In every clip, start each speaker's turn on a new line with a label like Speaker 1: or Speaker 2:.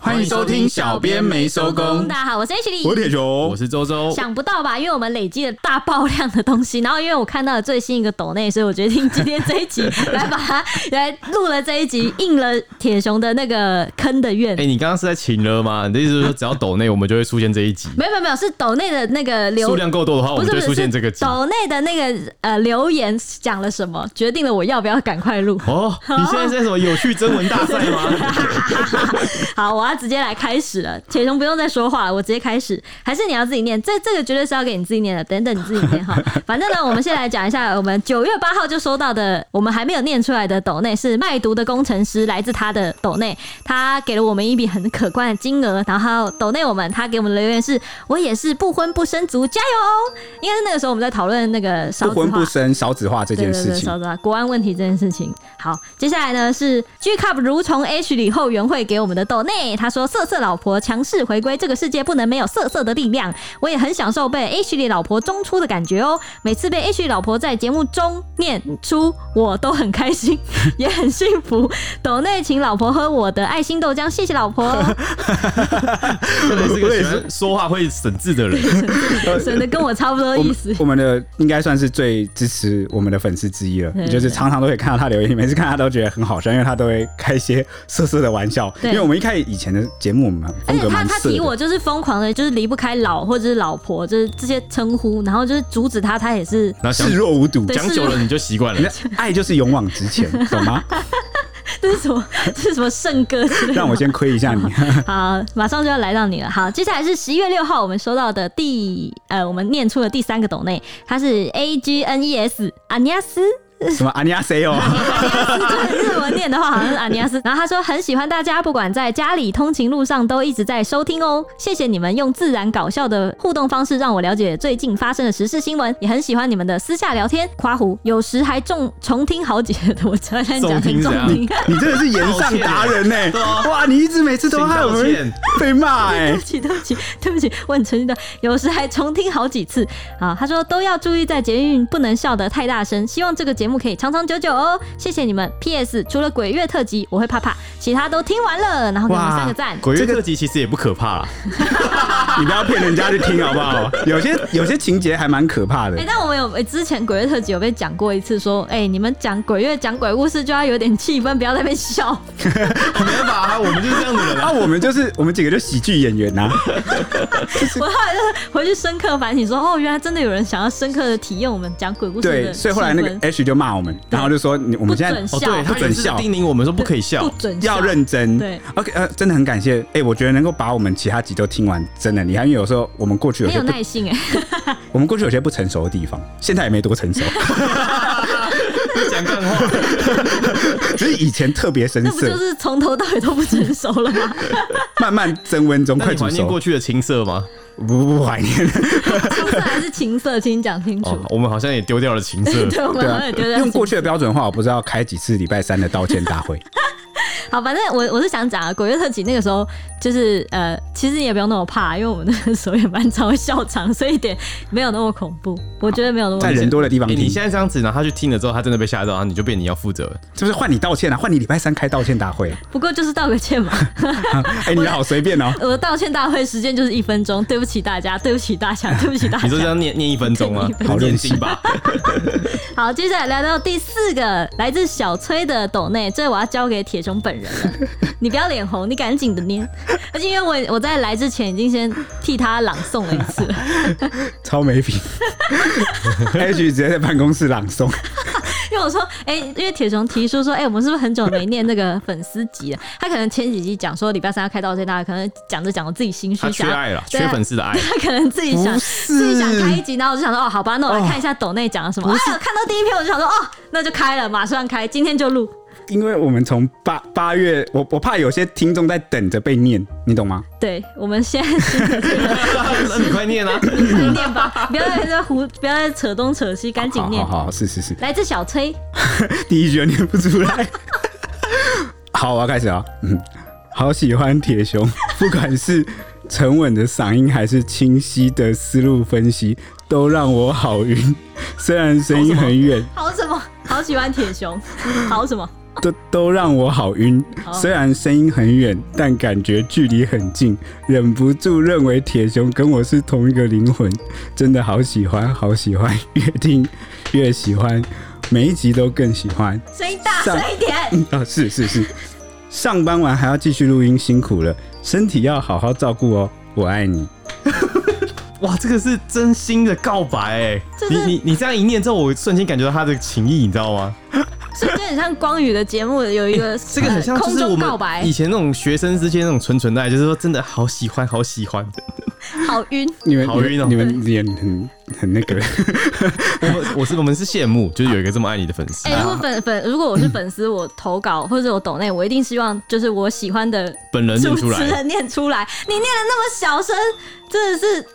Speaker 1: 欢迎收听《小编没收工》，
Speaker 2: 大家好，我是 H
Speaker 3: 我
Speaker 2: 李。
Speaker 3: 铁球
Speaker 1: 我，是周周。
Speaker 2: 想不到吧？因为我们累积了大爆量的东西，然后因为我看到了最新一个抖内，所以我决定今天这一 集来把它来录了这一集，应了铁熊的那个坑的愿
Speaker 1: 哎、。你刚刚是在请了吗？你的意思是说，只要抖内，我们就会出现这一集。
Speaker 2: 没有没有没有，是抖内的那个
Speaker 1: 数
Speaker 2: 留
Speaker 1: 量够多的话，我
Speaker 2: 不
Speaker 1: 们
Speaker 2: 是
Speaker 1: 就
Speaker 2: 不
Speaker 1: 会
Speaker 2: 是
Speaker 1: 出现这个
Speaker 2: 是
Speaker 1: 集。
Speaker 2: 抖内的那个呃留言讲了什么，决定了我要不要赶快录。
Speaker 1: 哦，你现在是在什么有趣征文大赛吗？
Speaker 2: 好，我要直接来开始了，铁熊不用再说话了，我直接开始。还是你要自己念？这这个绝对是要给你自己念的，等等你自己念哈。 反正呢，我们先来讲一下，我们九月八号就收到的，我们还没有念出来的抖内是卖毒的工程师，来自他的抖内，他给了我们一笔很可观的金额，然后抖内我们，他给我们的留言是：我也是不婚不生族，加油！哦应该是那个时候我们在讨论那个少
Speaker 3: 不
Speaker 2: 子
Speaker 3: 婚
Speaker 2: 化
Speaker 3: 不生少子化这
Speaker 2: 对
Speaker 3: 件
Speaker 2: 对
Speaker 3: 事
Speaker 2: 对，
Speaker 3: 情
Speaker 2: 少，子化国安问题这件事情。好，接下来呢是 G Cup 如从 H 里后援会给我们的豆内，他说：“色色老婆强势回归，这个世界不能没有色色的力量。我也很享受被 H 里老婆中出的感觉哦。每次被 H 里老婆在节目中念出，我都很开心， 也很幸福。豆内请老婆喝我的爱心豆浆，谢谢 老婆，
Speaker 1: 这里是个喜欢说话会省字的人。
Speaker 2: 省得跟我差不多
Speaker 3: 我
Speaker 2: 意
Speaker 3: 们
Speaker 2: 思。”
Speaker 3: 我们的应该算是最支持我们的粉丝之一了
Speaker 2: 对，对
Speaker 3: 就是
Speaker 2: 对
Speaker 3: 常常都会看到他留言，每次看他都觉得很好笑，因为他都会开一些色色的玩笑。
Speaker 2: 对
Speaker 3: 因为我们一开始以前的节目，我们
Speaker 2: 而
Speaker 3: 风
Speaker 2: 且
Speaker 3: 格
Speaker 2: 他
Speaker 3: 蛮
Speaker 2: 他
Speaker 3: 色
Speaker 2: 提
Speaker 3: 的。
Speaker 2: 我就是疯狂的，就是离不开老或者是老婆，就是这些称呼，然后就是阻止他，他也是
Speaker 1: 然后想
Speaker 3: 视若无睹，
Speaker 2: 对
Speaker 1: 讲久了你就习惯
Speaker 3: 你
Speaker 1: 了
Speaker 3: 的。爱就是勇往直前，懂吗？
Speaker 2: 这是什 么？这是什么圣歌之类的？
Speaker 3: 让我先亏一下你。
Speaker 2: 好，马上就要来到你了。好，接下来是十一月六号我们收到的第呃，我们念出的第三个抖内，它是 A G N E S 阿尼亚斯。
Speaker 3: 什么阿尼亚 C 哦，
Speaker 2: 日文念的话好像是阿尼亚 斯，然后他说很喜欢大家，不管在家里、通勤路上都一直在收听哦，谢谢你们用自然搞笑的互动方式让我了解最近发生的时事新闻，也很喜欢你们的私下聊天。夸胡有时还重重听好几遍，我昨天讲
Speaker 1: 重听
Speaker 2: 重
Speaker 1: 怎样
Speaker 2: 听，
Speaker 3: 你真的是言上达人呢、
Speaker 1: 对啊
Speaker 3: 哇，你一直每次都害我
Speaker 1: 请道歉
Speaker 3: 们被骂哎、
Speaker 2: 对不起，对 不起，对不起，我很诚心的，有时还重听好几次啊。他说都要注意在捷运不能笑得太大声，希望这个节目可以长长久久哦。谢谢你们。P.S. 除了鬼月特辑我会怕怕，其他都听完了，然后给我们
Speaker 3: 哇
Speaker 2: 三个赞。
Speaker 1: 鬼月特辑其实也不可怕啦，
Speaker 3: 你不要骗人家去听好不好？ 有些有些情节还蛮可怕的
Speaker 2: 哎、。但我们有、哎之前鬼月特辑有被讲过一次说、哎，你们讲鬼月讲鬼故事就要有点气氛，不要在那边笑。
Speaker 1: 没办法啊，我们就是这样的人啊。
Speaker 3: 啊，我们就是我们几个就喜剧演员呐、
Speaker 2: 我后来就是回去深刻反省说，哦，原来真的有人想要深刻的体验我们讲鬼故事
Speaker 3: 对，
Speaker 2: 的
Speaker 3: 所以后来那个
Speaker 2: 气氛
Speaker 3: H 就骂我们，然后就说你我们现在
Speaker 2: 不准
Speaker 1: 哦，
Speaker 2: 笑
Speaker 1: 对，他
Speaker 2: 不
Speaker 3: 准
Speaker 1: 也是
Speaker 3: 笑
Speaker 1: 叮咛我们说不可以笑
Speaker 2: 不。准笑
Speaker 3: 要认真。
Speaker 2: 对
Speaker 3: ，OK，呃，真的很感谢。哎、我觉得能够把我们其他集都听完，真的很厉害。因为有时候我们过去有
Speaker 2: 很
Speaker 3: 些
Speaker 2: 有
Speaker 3: 不，
Speaker 2: 耐心哎、
Speaker 3: 我们过去有些不成熟的地方，现在也没多成 熟，
Speaker 1: 讲干话，
Speaker 3: 只是以前特别生
Speaker 2: 那不就
Speaker 3: 涩，
Speaker 2: 是从头到尾都不成熟 了吗？
Speaker 3: 慢慢增温中，
Speaker 1: 那
Speaker 3: 快
Speaker 1: 你
Speaker 3: 煮
Speaker 1: 怀念
Speaker 3: 熟
Speaker 1: 过。去的青涩吗？
Speaker 3: 不不不怀念，
Speaker 2: 青涩还是情色，请你讲清楚
Speaker 1: 哦。，我们好像也丢掉了情 涩。
Speaker 2: 对，我们
Speaker 3: 对
Speaker 2: 好像
Speaker 3: 啊
Speaker 2: 也丢在，
Speaker 3: 用过去的标准化，我不知道开几次礼拜三的道歉大会。
Speaker 2: 好，反正我我是想讲啊，鬼月特辑那个时候就是呃，其实你也不用那么怕，因为我们那个时候也蛮常会笑场，所以一点没有那么恐怖，我觉得没有那么
Speaker 3: 在
Speaker 2: 恐怖
Speaker 3: 人多的地方
Speaker 1: 哎你
Speaker 3: 听，
Speaker 1: 现在这样子，然后他去听了之后，他真的被吓到，然后你就变你要负责了。
Speaker 3: 就是换你道歉啊，换你礼拜三开道歉大会。啊
Speaker 2: 不过就是道个歉嘛，
Speaker 3: 哎，你好随便哦。
Speaker 2: 我的道歉大会时间就是一分钟，对不起大家，对不起大家，对不起大
Speaker 1: 你说这
Speaker 2: 家。
Speaker 1: 样念念一分钟吗
Speaker 2: 念一？分
Speaker 3: 钟
Speaker 1: 念经吧。
Speaker 2: 好，接下来来到第四个来自小崔的抖内，这我要交给铁熊本人 了，你不要脸红，你赶紧的念，而且因为我我在来之前已经先替他朗诵了一次了。
Speaker 3: 超没品。H 直接在办公室朗诵，
Speaker 2: 因为我说，哎、因为铁熊提出说，哎、我们是不是很久没念那个粉丝集了？他可能前几集讲说礼拜三要开到最大，可能讲着讲着自己心
Speaker 1: 他
Speaker 2: 虚，
Speaker 1: 缺
Speaker 2: 想要
Speaker 1: 爱了，
Speaker 2: 对
Speaker 1: 缺
Speaker 2: 啊
Speaker 1: 粉丝的爱。
Speaker 2: 他可能自己想
Speaker 3: 不
Speaker 2: 自己想
Speaker 3: 是
Speaker 2: 开一集，然后我就想说，哦，好吧，那我来看一下抖内讲了什么。哎呀，看到第一篇我就想说，哦，那就开了，马上开，今天就录。
Speaker 3: 因为我们从八八月，我我怕有些听众在等着被念，你懂吗？
Speaker 2: 对，我们先先
Speaker 1: 那你快念啊！
Speaker 2: 念吧，不要再胡，不要再扯东扯西，赶紧念。
Speaker 3: 好好好，是是是，
Speaker 2: 来自小崔，
Speaker 3: 第一句就念不出来。好，我要开始啊。嗯，好喜欢铁熊，不管是沉稳的嗓音，还是清晰的思路分析，都让我好晕。虽然声音很远，
Speaker 2: 好什么？好喜欢铁熊，好什么？
Speaker 3: 都都让我好晕。
Speaker 2: 哦
Speaker 3: 虽然声音很远，但感觉距离很近，忍不住认为铁熊跟我是同一个灵魂，真的好喜欢，好喜欢， 越听越喜欢，每一集都更喜欢。
Speaker 2: 声音大声一点。
Speaker 3: 嗯啊，是是是，上班完还要继续录音，辛苦了，身体要好好照顾哦，我爱你。
Speaker 1: 哇，这个是真心的告白哎、
Speaker 2: 这
Speaker 1: 你
Speaker 2: 是
Speaker 1: 你你这样一念之后，我瞬间感觉到他的情意，你知道吗？
Speaker 2: 瞬间很像光宇的节目有一个、
Speaker 1: 这个很像
Speaker 2: 呃
Speaker 1: 就
Speaker 2: 空
Speaker 1: 是我
Speaker 2: 中告
Speaker 1: 们
Speaker 2: 白
Speaker 1: 以，前那种学生之间那种纯纯的爱，就是说真的好喜欢，好喜欢。
Speaker 2: 好晕。
Speaker 3: 你们
Speaker 1: 好晕哦
Speaker 3: 你们脸很很那 个，
Speaker 1: 我们我是我们是羡慕，就是有一个这么爱你的粉丝
Speaker 2: 哎、。如果粉粉，如果我是粉丝，我投稿或者我抖内，我一定希望就是我喜欢的
Speaker 1: 本人念
Speaker 2: 主
Speaker 1: 出
Speaker 2: 持
Speaker 1: 来，
Speaker 2: 人念出来。你念的那么小声，真的是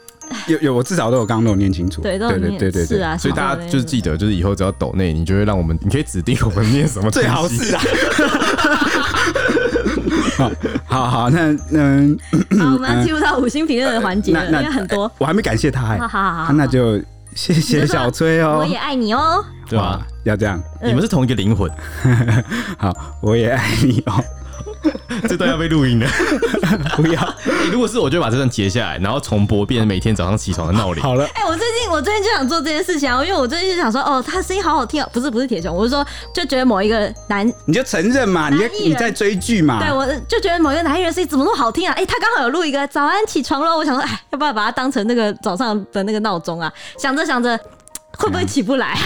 Speaker 3: 有有，我至少都有刚刚都有念清楚。
Speaker 2: 对，都
Speaker 3: 对对
Speaker 2: 念
Speaker 3: 对对
Speaker 2: 是
Speaker 3: 对，
Speaker 2: 啊，
Speaker 1: 所以大
Speaker 2: 是
Speaker 1: 家
Speaker 2: 啊
Speaker 1: 就是记得，就是以后只要抖内，你就会让我们，你可以指定我们念什么东西。
Speaker 3: 最好是啊。 好好好，那嗯，
Speaker 2: 好，我们要进入到五星评论的
Speaker 1: 嗯
Speaker 2: 环节了，
Speaker 3: 那那
Speaker 2: 因为很多。
Speaker 3: 我还没感谢他哎、
Speaker 2: 好好好好
Speaker 3: 啊那就谢谢小崔哦
Speaker 2: 我、也爱你哦，
Speaker 1: 对啊吧
Speaker 3: 哇？要这样，
Speaker 2: 嗯
Speaker 1: 你们是同一个 灵魂，
Speaker 3: 好，我也爱你哦、
Speaker 1: 这段要被录音的。
Speaker 3: 不要，
Speaker 1: 欸如果是我，就会把这段截下来，然后重播，变成每天早上起床的闹铃。
Speaker 3: 好了，
Speaker 2: 哎、我最近我最近就想做这件事情啊，因为我最近就想说，哦，他声音好好听哦，不是不是铁熊，我是说就觉得某一个男，
Speaker 3: 你就承认嘛，你在
Speaker 2: 男艺人
Speaker 3: 你在追剧
Speaker 1: 啊
Speaker 3: 嘛，
Speaker 2: 对我就觉得某一个男艺人声音怎么那么好听啊？哎、他刚好有录一个早安起床喽，我想说，哎，要不要把它当成那个早上的那个闹钟啊？想着想着，会
Speaker 1: 嗯
Speaker 2: 不会起不来、啊？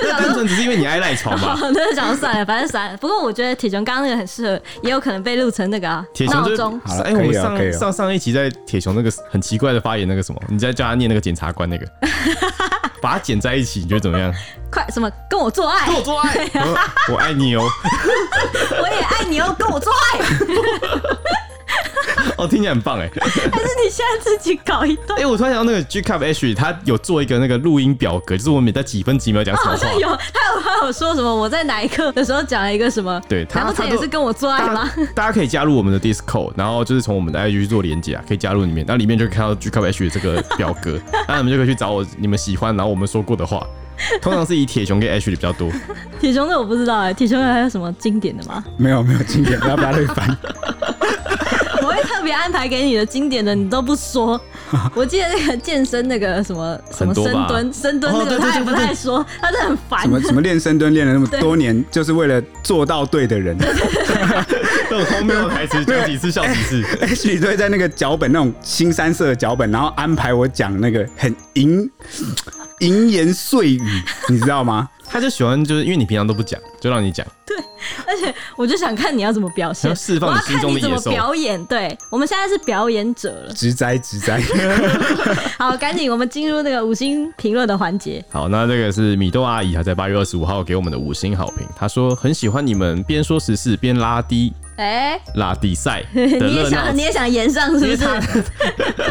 Speaker 1: 那单纯只是因为你爱赖床 吧？
Speaker 2: 那就想说算了，反正算了。不过我觉得铁熊刚刚那个很适合，也有可能被录成那个啊
Speaker 1: 铁熊
Speaker 2: 闹
Speaker 1: 就
Speaker 2: 钟。
Speaker 3: 好了
Speaker 1: 哎，
Speaker 3: 可
Speaker 1: 我
Speaker 3: 以
Speaker 1: 们
Speaker 3: 了可以了
Speaker 1: 上上上一集在铁熊那个很奇怪的发言那个什么，你在叫他念那个检 察官那个，把它剪在一起，你觉得怎么样？
Speaker 2: 快什么跟我做爱，啊
Speaker 1: 跟我做爱，我我爱你哦！
Speaker 2: 我也爱你哦，跟我做爱。
Speaker 1: 哦，听起来很棒哎。
Speaker 2: 还是你现在自己搞一段
Speaker 1: 哎，？我突然想到那个 G Cup H，他有做一个那个录音表格，就是我每在几分几秒讲
Speaker 2: 他好
Speaker 1: 什么话
Speaker 2: 像。 哦有，他有他有说什么？我在哪一刻的时候讲了一个什么？
Speaker 1: 对他
Speaker 2: 难不成
Speaker 1: 他
Speaker 2: 也
Speaker 1: 都
Speaker 2: 是跟我做爱
Speaker 1: 大
Speaker 2: 吗？
Speaker 1: 家大家可以加入我们的 Discord，然后就是从我们的 IG 去做连接啊，可以加入里面，那里面就可以看到 G Cup H 的这个表 格，那你们就可以去找我你们喜欢，然后我们说过的话，通常是以铁熊跟 H 的比较多。
Speaker 2: 铁熊的我不知道哎、铁熊的还有什么经典的吗？
Speaker 3: 没有没有经典，不要把它推翻。
Speaker 2: 我会特别安排给你的经典的，你都不 说。我记得那个健身那个什么什么
Speaker 1: 很多吧
Speaker 2: 深蹲，深蹲那
Speaker 1: 哦对
Speaker 2: 个
Speaker 1: 对
Speaker 2: 他也
Speaker 1: 对
Speaker 2: 不
Speaker 1: 对对
Speaker 2: 太说，他真的很
Speaker 3: 什
Speaker 2: 烦。
Speaker 3: 么什么练深蹲练了那么
Speaker 2: 对
Speaker 3: 多年，就是为了做到对的人。
Speaker 1: 这种荒谬的台 词讲几次笑几次，
Speaker 3: H 你都会在那个脚本那种新三色的脚本，然后安排我讲那个很 淫淫言碎语，你知道吗？
Speaker 1: 他就喜欢就是因为你平常都不讲，就让你 讲。
Speaker 2: 而且我就想看你要怎么表
Speaker 1: 要
Speaker 2: 现，
Speaker 1: 释放
Speaker 2: 我
Speaker 1: 你
Speaker 2: 要
Speaker 1: 心
Speaker 2: 看
Speaker 1: 中的
Speaker 2: 你怎么
Speaker 1: 野兽
Speaker 2: 表演。对我们现在是表演者了。
Speaker 3: 直栽直栽，
Speaker 2: 好，赶紧我们进入那个五星评论的环节。
Speaker 1: 好，那这个是米豆阿姨，她在八月二十五号给我们的五星好评，她说很喜欢你们边说时事边拉低
Speaker 2: 哎、
Speaker 1: 拉低赛的
Speaker 2: 你也
Speaker 1: 热闹
Speaker 2: 想你也想延上是
Speaker 1: 因
Speaker 2: 不
Speaker 1: 为
Speaker 2: 是？
Speaker 1: 他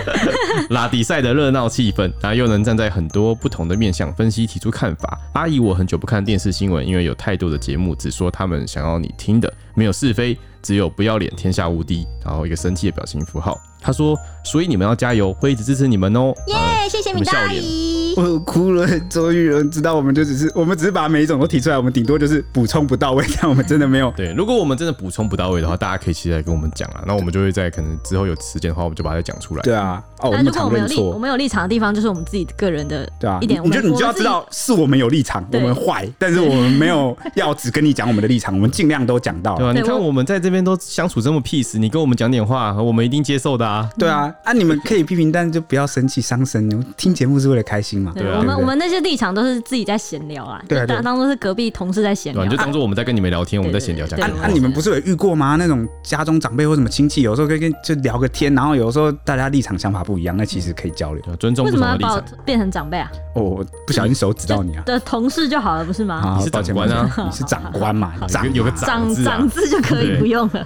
Speaker 1: 拉比赛的热闹气氛，啊然后又能站在很多不同的面向分析提出看法。阿姨，我很久不看电视新闻，因为有太多的节目只说他们想要你听的，没有是非，只有不要脸，天下无敌。然后一个生气的表情符号。他说：“所以你们要加油，会一直支持你们哦。”
Speaker 2: 耶、谢谢米大姨。
Speaker 3: 我哭了。周玉伦知道，我们就只是我们只是把每一种都提出来，我们顶多就是补充不到位， 但我们真的没有。
Speaker 1: 对，如果我们真的补充不到位的话，大家可以期待跟我们讲啊，那我们就会在可能之后有时间的话，我们就把它讲出来。
Speaker 3: 对啊，哦，我
Speaker 2: 那
Speaker 3: 们
Speaker 2: 如果我
Speaker 3: 常
Speaker 2: 们有
Speaker 3: 认
Speaker 2: 立我
Speaker 3: 错，
Speaker 2: 们有立场的地方，就是我们自己个人的
Speaker 3: 对啊，
Speaker 2: 一
Speaker 3: 你
Speaker 2: 点。
Speaker 3: 你就
Speaker 2: 我们
Speaker 3: 你就要知，道是我们有立场，我
Speaker 2: 对
Speaker 3: 们坏，但是我们没有要只跟你讲我们的立场，我们尽量都讲到
Speaker 1: 对啊
Speaker 3: 了。
Speaker 1: 吧、
Speaker 2: 对
Speaker 1: 你看
Speaker 2: 我
Speaker 1: 我们在这边都相处这么 peace，你跟我们讲点话，我们一定接受的啊。
Speaker 3: 对啊，啊，你们可以批评，但就不要生气伤身。听节目是为了开心嘛。
Speaker 2: 我们自己
Speaker 1: 对
Speaker 2: 我
Speaker 1: 啊
Speaker 3: 对
Speaker 2: 们
Speaker 3: 不对
Speaker 2: 我们那些立场都是自己在闲聊啊，
Speaker 3: 对啊
Speaker 2: 就
Speaker 3: 对
Speaker 2: 当当做是隔壁同事在闲
Speaker 1: 对吧、啊
Speaker 2: 聊
Speaker 1: 你就。当做我们在跟你们聊天，我们在
Speaker 2: 对
Speaker 1: 闲聊讲
Speaker 2: 对
Speaker 1: 干
Speaker 3: 啊
Speaker 2: 对
Speaker 1: 话。
Speaker 3: 啊！你们不是有遇过吗？那种家中长辈或什么亲戚，有时候可以跟就聊个天，然后有时候大家立场想法不一样，那其实可以交流。
Speaker 1: 对啊尊
Speaker 2: 啊
Speaker 1: 重
Speaker 2: 为
Speaker 1: 不
Speaker 2: 什
Speaker 1: 同
Speaker 2: 么
Speaker 1: 的
Speaker 2: 要
Speaker 1: 立
Speaker 2: 把我
Speaker 1: 场。
Speaker 2: 变成长辈啊？
Speaker 3: 哦，我不小心手指到你啊！
Speaker 2: 的同事就好了，不是吗？
Speaker 3: 啊
Speaker 1: 你是
Speaker 3: 抱歉
Speaker 1: 长官啊
Speaker 3: 抱歉你是长官嘛？长
Speaker 1: 有个有个
Speaker 3: 嘛
Speaker 1: 长
Speaker 2: 长
Speaker 1: 字啊
Speaker 2: 长字就可以
Speaker 1: 对
Speaker 2: 不用了。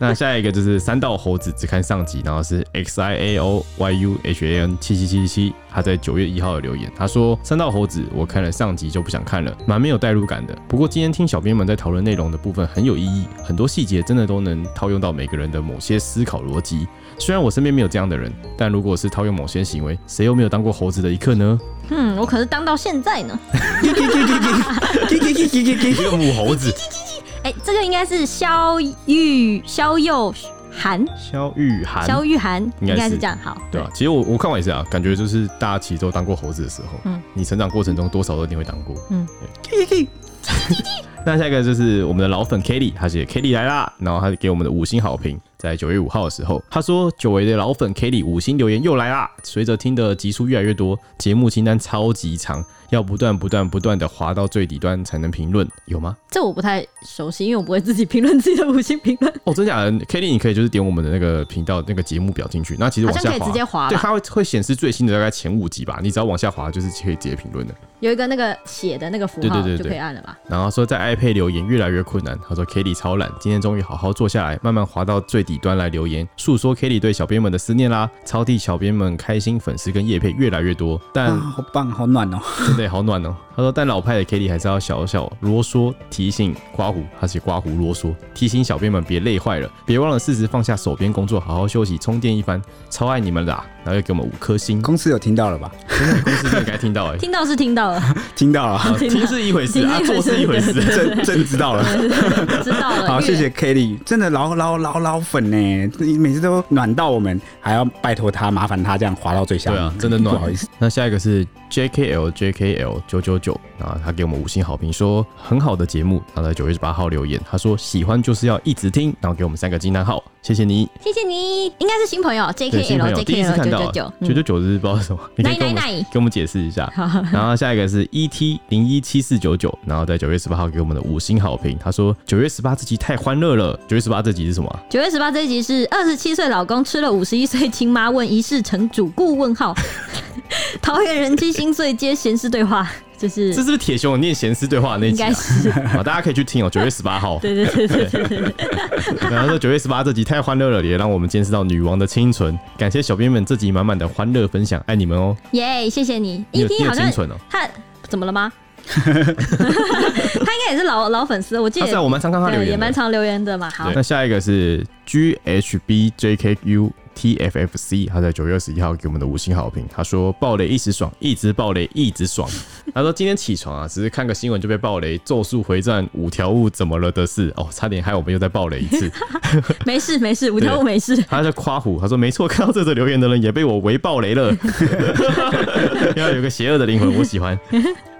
Speaker 1: 那下一个就是三道猴子，只看上集，然后是 X I A O Y U H A N 七七七七，他在九月一号有留言，他说三道猴子，我看了上集就不想看了，蛮没有代入感的。不过今天听小编们在讨论内容的部分很有意义，很多细节真的都能套用到每个人的某些思考逻辑。虽然我身边没有这样的人，但如果是套用某些行为，谁又没有当过猴子的一刻呢？
Speaker 2: 嗯，我可是当到现在呢。
Speaker 1: 一个母猴子，
Speaker 3: 啊
Speaker 2: 哎、这个应该是肖玉肖佑涵，
Speaker 1: 萧玉涵，
Speaker 2: 肖玉涵应
Speaker 1: 应该
Speaker 2: 该
Speaker 1: 是
Speaker 2: 是这样。好，
Speaker 1: 对啊，其实我我看完也是啊，感觉就是大家其实都当过猴子的时候，
Speaker 2: 嗯
Speaker 1: 你成长过程中多少都一定会当过，
Speaker 2: 嗯
Speaker 1: 对。 那下一个就是我们的老粉 Kelly，他写 Kelly 来啦，然后他给我们的五星好评，在九月五号的时候，他说久违的老粉 Kelly 五星留言又来啦。随着听的集数越来越多，节目清单超级长，要不断不断不断的滑到最底端才能评论，有吗？
Speaker 2: 这我不太熟悉，因为我不会自己评论自己的五星评论。
Speaker 1: 哦，真假的？Kelly，你可以就是点我们的那个频道那个节目表进去，那其实往下
Speaker 2: 好像可以直接滑吧
Speaker 1: 对，它会会显示最新的大概前五集吧，你只要往下滑就是可以直接评论的。
Speaker 2: 有一个那个写的那个符
Speaker 1: 对对
Speaker 2: 号
Speaker 1: 对对
Speaker 2: 就可以按了吧？
Speaker 1: 然后说在 iPad 留言越来越困难，他说 Kelly 超懒，今天终于好好坐下来，慢慢滑到最底端来留言，诉说 Kelly 对小编们的思念啦，超替小编们开心，粉丝跟叶配越来越多，但
Speaker 3: 啊， 好棒，好暖哦！
Speaker 1: 真的好暖哦。他说，但老派的 k a t i e 还是要小小啰嗦提醒刮胡，他写刮胡啰嗦提醒小编们别累坏了，别忘了适时放下手边工作，好好休息，充电一番。超爱你们的、啊，然后又给我们五颗星，
Speaker 3: 公司有听到了吧？
Speaker 1: 真的公司真的该听到哎、
Speaker 2: 听到是听到了，
Speaker 3: 听到了，
Speaker 1: 啊听是一回事啊，
Speaker 2: 听是一回
Speaker 1: 做
Speaker 2: 事
Speaker 1: 是一回事。
Speaker 3: 真真知道了。
Speaker 2: 知道了。
Speaker 3: 好，
Speaker 2: 因为
Speaker 3: 谢谢 Kelly，真的老老老老粉呢，每次都暖到我们，还要拜托他麻烦他这样滑到最下面。
Speaker 1: 对啊真的暖
Speaker 3: 不好意思，
Speaker 1: 那下一个是 JKL JKL 九九九啊，他给我们五星好评说很好的节目，他在九月十八号留言，他说喜欢就是要一直听，然后给我们三个惊叹号，谢谢你。
Speaker 2: 谢谢你，应该是新朋友
Speaker 1: 对，新朋
Speaker 2: JKL
Speaker 1: 友第一次
Speaker 2: JKL
Speaker 1: 看
Speaker 2: 九
Speaker 1: 到啊
Speaker 2: 九九，
Speaker 1: 九
Speaker 2: 嗯
Speaker 1: 九九是不知道是什么，你可以跟我们
Speaker 2: 奶奶奶
Speaker 1: 给我们解释一下。 然后下一个是 ET 零一七四九九，然后在九月十八号给我们的五星好评，他说九月十八这集太欢乐了。九月十八这集是什么啊？
Speaker 2: 九月十八这一集是二十七岁老公吃了五十一岁亲妈问一世成主顾问号， 桃园人妻心碎接闲事对话，就是
Speaker 1: 这是不是铁熊念闲事对话的那
Speaker 2: 应
Speaker 1: 集啊
Speaker 2: 该？是
Speaker 1: 好，大家可以去听哦，九月十八号。
Speaker 2: 对对对对对对对，
Speaker 1: 然后说九月十八这集太欢乐了，也让我们见识到女王的清纯。感谢小编们这集满满的欢乐分享，爱你们哦。
Speaker 2: 耶，谢谢你，
Speaker 1: 你
Speaker 2: 一
Speaker 1: 有你
Speaker 2: 听
Speaker 1: 有
Speaker 2: 好像
Speaker 1: 清纯哦，
Speaker 2: 他怎么了 吗？他应该也是老老粉丝，我记
Speaker 1: 他
Speaker 2: 得
Speaker 1: 在我蛮常看他留
Speaker 2: 对也
Speaker 1: 言的
Speaker 2: 蛮。常留言的嘛。好
Speaker 1: 对，那下一个是 G H B J K U T F F C，他在九月二十一号给我们的五星好评，他说暴雷一时爽，一直暴雷一直爽。 他说今天起床啊，只是看个新闻就被暴雷，《咒术回战》五条悟怎么了的事哦，差点害我们又再暴雷一次。
Speaker 2: 没事没事，五条悟没事。
Speaker 1: 他在夸虎，他说没错，看到这则留言的人也被我围暴雷了。要有个邪恶的灵魂，我喜欢。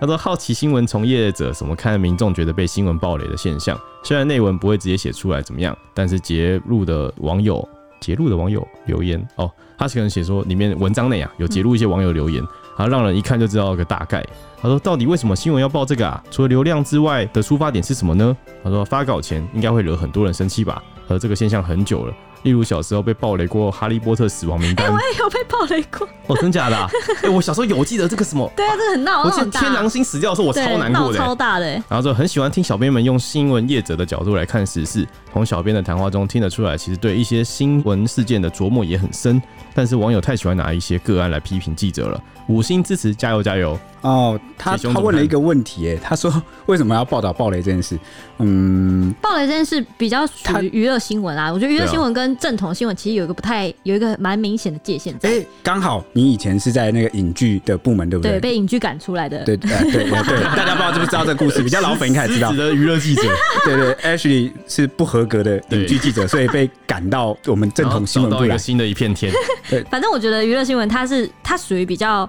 Speaker 1: 他说好奇新闻从业者怎么看民众觉得被新闻暴雷的现象？虽然内文不会直接写出来怎么样，但是截录的网友。截录的网友留言哦，他可能写说里面文章内啊有截录一些网友留言，啊让人一看就知道个大概。他说到底为什么新闻要报这个啊？除了流量之外的出发点是什么呢？他说发稿前应该会惹很多人生气吧，和这个现象很久了。例如小时候被暴雷过《哈利波特》死亡名单，
Speaker 2: 我也有哎被暴雷过，
Speaker 1: 哦，真假的、 啊？哎、我小时候有记得这个什么，
Speaker 2: 对啊，这个很闹，
Speaker 1: 我
Speaker 2: 闹
Speaker 1: 记得
Speaker 2: 很大啊
Speaker 1: 天狼星死掉的时候，我
Speaker 2: 对
Speaker 1: 超难过
Speaker 2: 闹
Speaker 1: 的、
Speaker 2: 超大的欸。
Speaker 1: 然后就很喜欢听小编们用新闻业者的角度来看时事，从小编的谈话中听得出来，其实对一些新闻事件的琢磨也很深。但是网友太喜欢拿一些个案来批评记者了，五星支持，加油加油！
Speaker 3: 哦，他
Speaker 1: 铁熊怎么
Speaker 3: 他
Speaker 1: 看
Speaker 3: 问了一个问题，哎，他说为什么要报道暴雷这件事？嗯，
Speaker 2: 暴雷这件事比较属
Speaker 3: 他
Speaker 2: 于娱乐新闻啊，我觉得娱乐
Speaker 1: 对啊
Speaker 2: 新闻跟正统新闻其实有一个不
Speaker 3: 啊
Speaker 2: 太有一个蛮明显的界限在，
Speaker 3: 哎，刚好你以前是在那个影剧的部门，对不
Speaker 2: 对，
Speaker 3: 对？
Speaker 2: 被影剧赶出来的。
Speaker 3: 对呃对对对，大家不知道知不知道这个故事，比较老粉应该也知道
Speaker 1: 死。的娱乐记者，
Speaker 3: 对对，Ashley 是不合格的影剧记者，所以被赶到我们 正统新
Speaker 1: 然
Speaker 3: 闻
Speaker 1: 后找
Speaker 3: 部
Speaker 1: 到一
Speaker 3: 来
Speaker 1: 个。新的一片天。
Speaker 2: 反正我觉得娱乐新闻它是它属于比较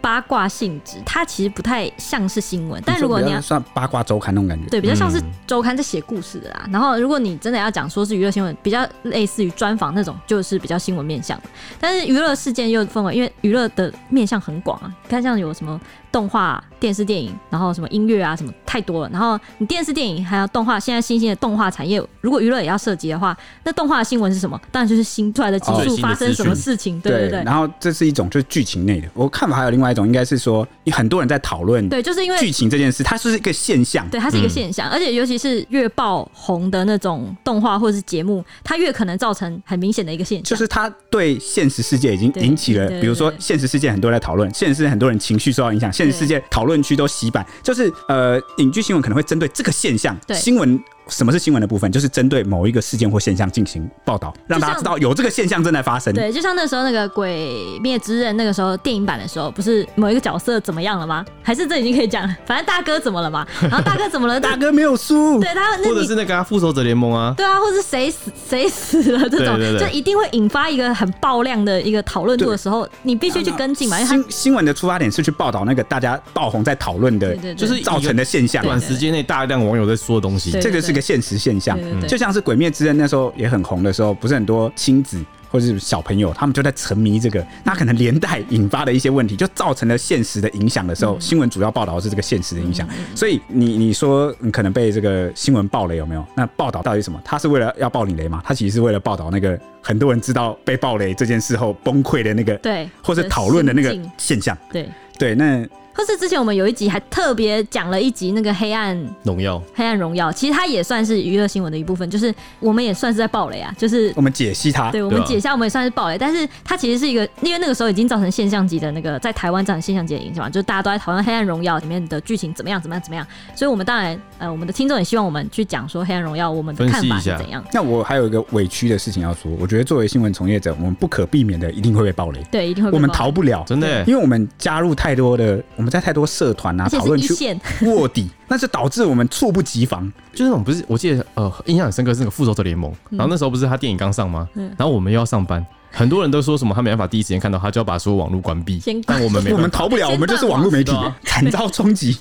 Speaker 2: 八卦性质，它其实不太像是新闻，但如果你要
Speaker 3: 比较算八卦周刊那种感觉，
Speaker 2: 对，比较像是
Speaker 1: 嗯
Speaker 2: 周刊在写故事的啦。然后，如果你真的要讲说是娱乐新闻，比较类似于专访那种，就是比较新闻面向的。但是娱乐事件又分为，因为娱乐的面向很广啊，你看像有什么动画、电视、电影，然后什么音乐啊，什么太多了。然后你电视、电影还有动画，现在新兴的动画产业，如果娱乐也要涉及的话，那动画的新闻是什么？当然就是新出来的技
Speaker 1: 哦最
Speaker 2: 术
Speaker 1: 新的
Speaker 2: 发生
Speaker 1: 资
Speaker 2: 什么
Speaker 1: 讯
Speaker 2: 事情，对对对。
Speaker 3: 然后这是一种就是剧情内的，我看法还有另外一种，应该是说很多人在讨论
Speaker 2: 对，就是因为
Speaker 3: 剧情这件事，它是一个现象。
Speaker 2: 对，它是一个现象，而且尤其是越爆红的那种动画或者是节目，它越可能造成很明显的一个现象。
Speaker 3: 就是它对现实世界已经
Speaker 2: 对
Speaker 3: 引起了
Speaker 2: 对，
Speaker 3: 比如说
Speaker 2: 对
Speaker 3: 现实世界很多人在讨论，现实世界很多人情绪受到影响，现实世界讨论区都洗版，就是呃，影剧新闻可能会针对这个现象，
Speaker 2: 对
Speaker 3: 新闻什么是新闻的部分，就是针对某一个事件或现象进行报道，让大家
Speaker 2: 像
Speaker 3: 知道有这个现象正在发生。
Speaker 2: 对，就像那时候那个《鬼灭之刃》那个时候电影版的时候，不是某一个角色怎么样了吗？还是这已经可以讲了，反正大哥怎么 了嘛？然后大哥怎 么了？
Speaker 3: 大哥没有输，
Speaker 2: 对他，那
Speaker 1: 或者
Speaker 2: 你
Speaker 1: 是那个、啊《复仇者联盟》啊，
Speaker 2: 对啊，或是谁死谁死了这种，
Speaker 1: 对对对
Speaker 2: 就一定会引发一个很爆量的一个讨论度的时候，你必须去跟进嘛，因为
Speaker 3: 新新闻的出发点是去报道那个大家爆红在讨论的
Speaker 2: 对对，对
Speaker 1: 就是一个
Speaker 3: 造成的现象。
Speaker 1: 短时间内大量网友在说的东西，
Speaker 2: 对
Speaker 3: 这个是个现实现象
Speaker 2: 对对，对
Speaker 3: 啊就像是《鬼灭之刃》那时候也很红的时候，不是很多亲子或者是小朋友，他们就在沉迷这个，那可能连带引发的一些问题，就造成了现实的影响的时
Speaker 2: 嗯
Speaker 3: 候，新闻主要报道的是这个现实的影响。所以你你说你可能被这个新闻爆雷有没有？那报道到底是什么？他是为了要爆你雷吗？他其实是为了报道那个很多人知道被爆雷这件事后崩溃的那个，
Speaker 2: 对
Speaker 3: 或者讨论的那个
Speaker 2: 心境
Speaker 3: 现象。
Speaker 2: 对。
Speaker 3: 对，那
Speaker 2: 或是之前我们有一集还特别讲了一集那个黑暗
Speaker 1: 农药。
Speaker 2: 黑暗荣耀，其实它也算是娱乐新闻的一部分，就是我们也算是在爆雷啊，就是
Speaker 3: 我们解析它。
Speaker 2: 对我们
Speaker 1: 嗯对啊
Speaker 2: 解下我们也算是爆雷，但是它其实是一个，因为那个时候已经造成现象级的那个在台湾造成现象级的影响嘛，就是大家都在讨论《黑暗荣耀》里面的剧情怎么样怎么样怎么样，所以我们当然呃，我们的听众也希望我们去讲说《黑暗荣耀》我们的
Speaker 1: 分
Speaker 2: 看
Speaker 1: 析
Speaker 2: 法
Speaker 1: 一
Speaker 2: 是
Speaker 1: 下
Speaker 2: 怎样。
Speaker 3: 那我还有一个委屈的事情要说，我觉得作为新闻从业者，我们不可避免的一定会被暴雷，
Speaker 2: 对，一定会被
Speaker 3: 我们
Speaker 2: 爆雷
Speaker 3: 逃，不了，
Speaker 1: 真的耶
Speaker 3: 因为我们加入太多的，我们在太多社团啊
Speaker 2: 而且
Speaker 3: 讨论
Speaker 2: 是一
Speaker 3: 区
Speaker 2: 线，
Speaker 3: 卧底，那就导致我们猝不及防。
Speaker 1: 就是那种不是，我记得呃，印象很深刻是那个《复仇者联盟》，然后那时候不是他电影刚上吗？然后我们又要上班，很多人都说什么他没办法第一时间看到，他就要把所有网络关 闭
Speaker 2: 先，关
Speaker 1: 但我们没
Speaker 3: 我
Speaker 1: 办
Speaker 3: 们
Speaker 1: 法。
Speaker 3: 逃不了，
Speaker 2: 先
Speaker 3: 我们就是网络媒体
Speaker 1: 断网，
Speaker 3: 惨
Speaker 2: 啊
Speaker 3: 遭冲击。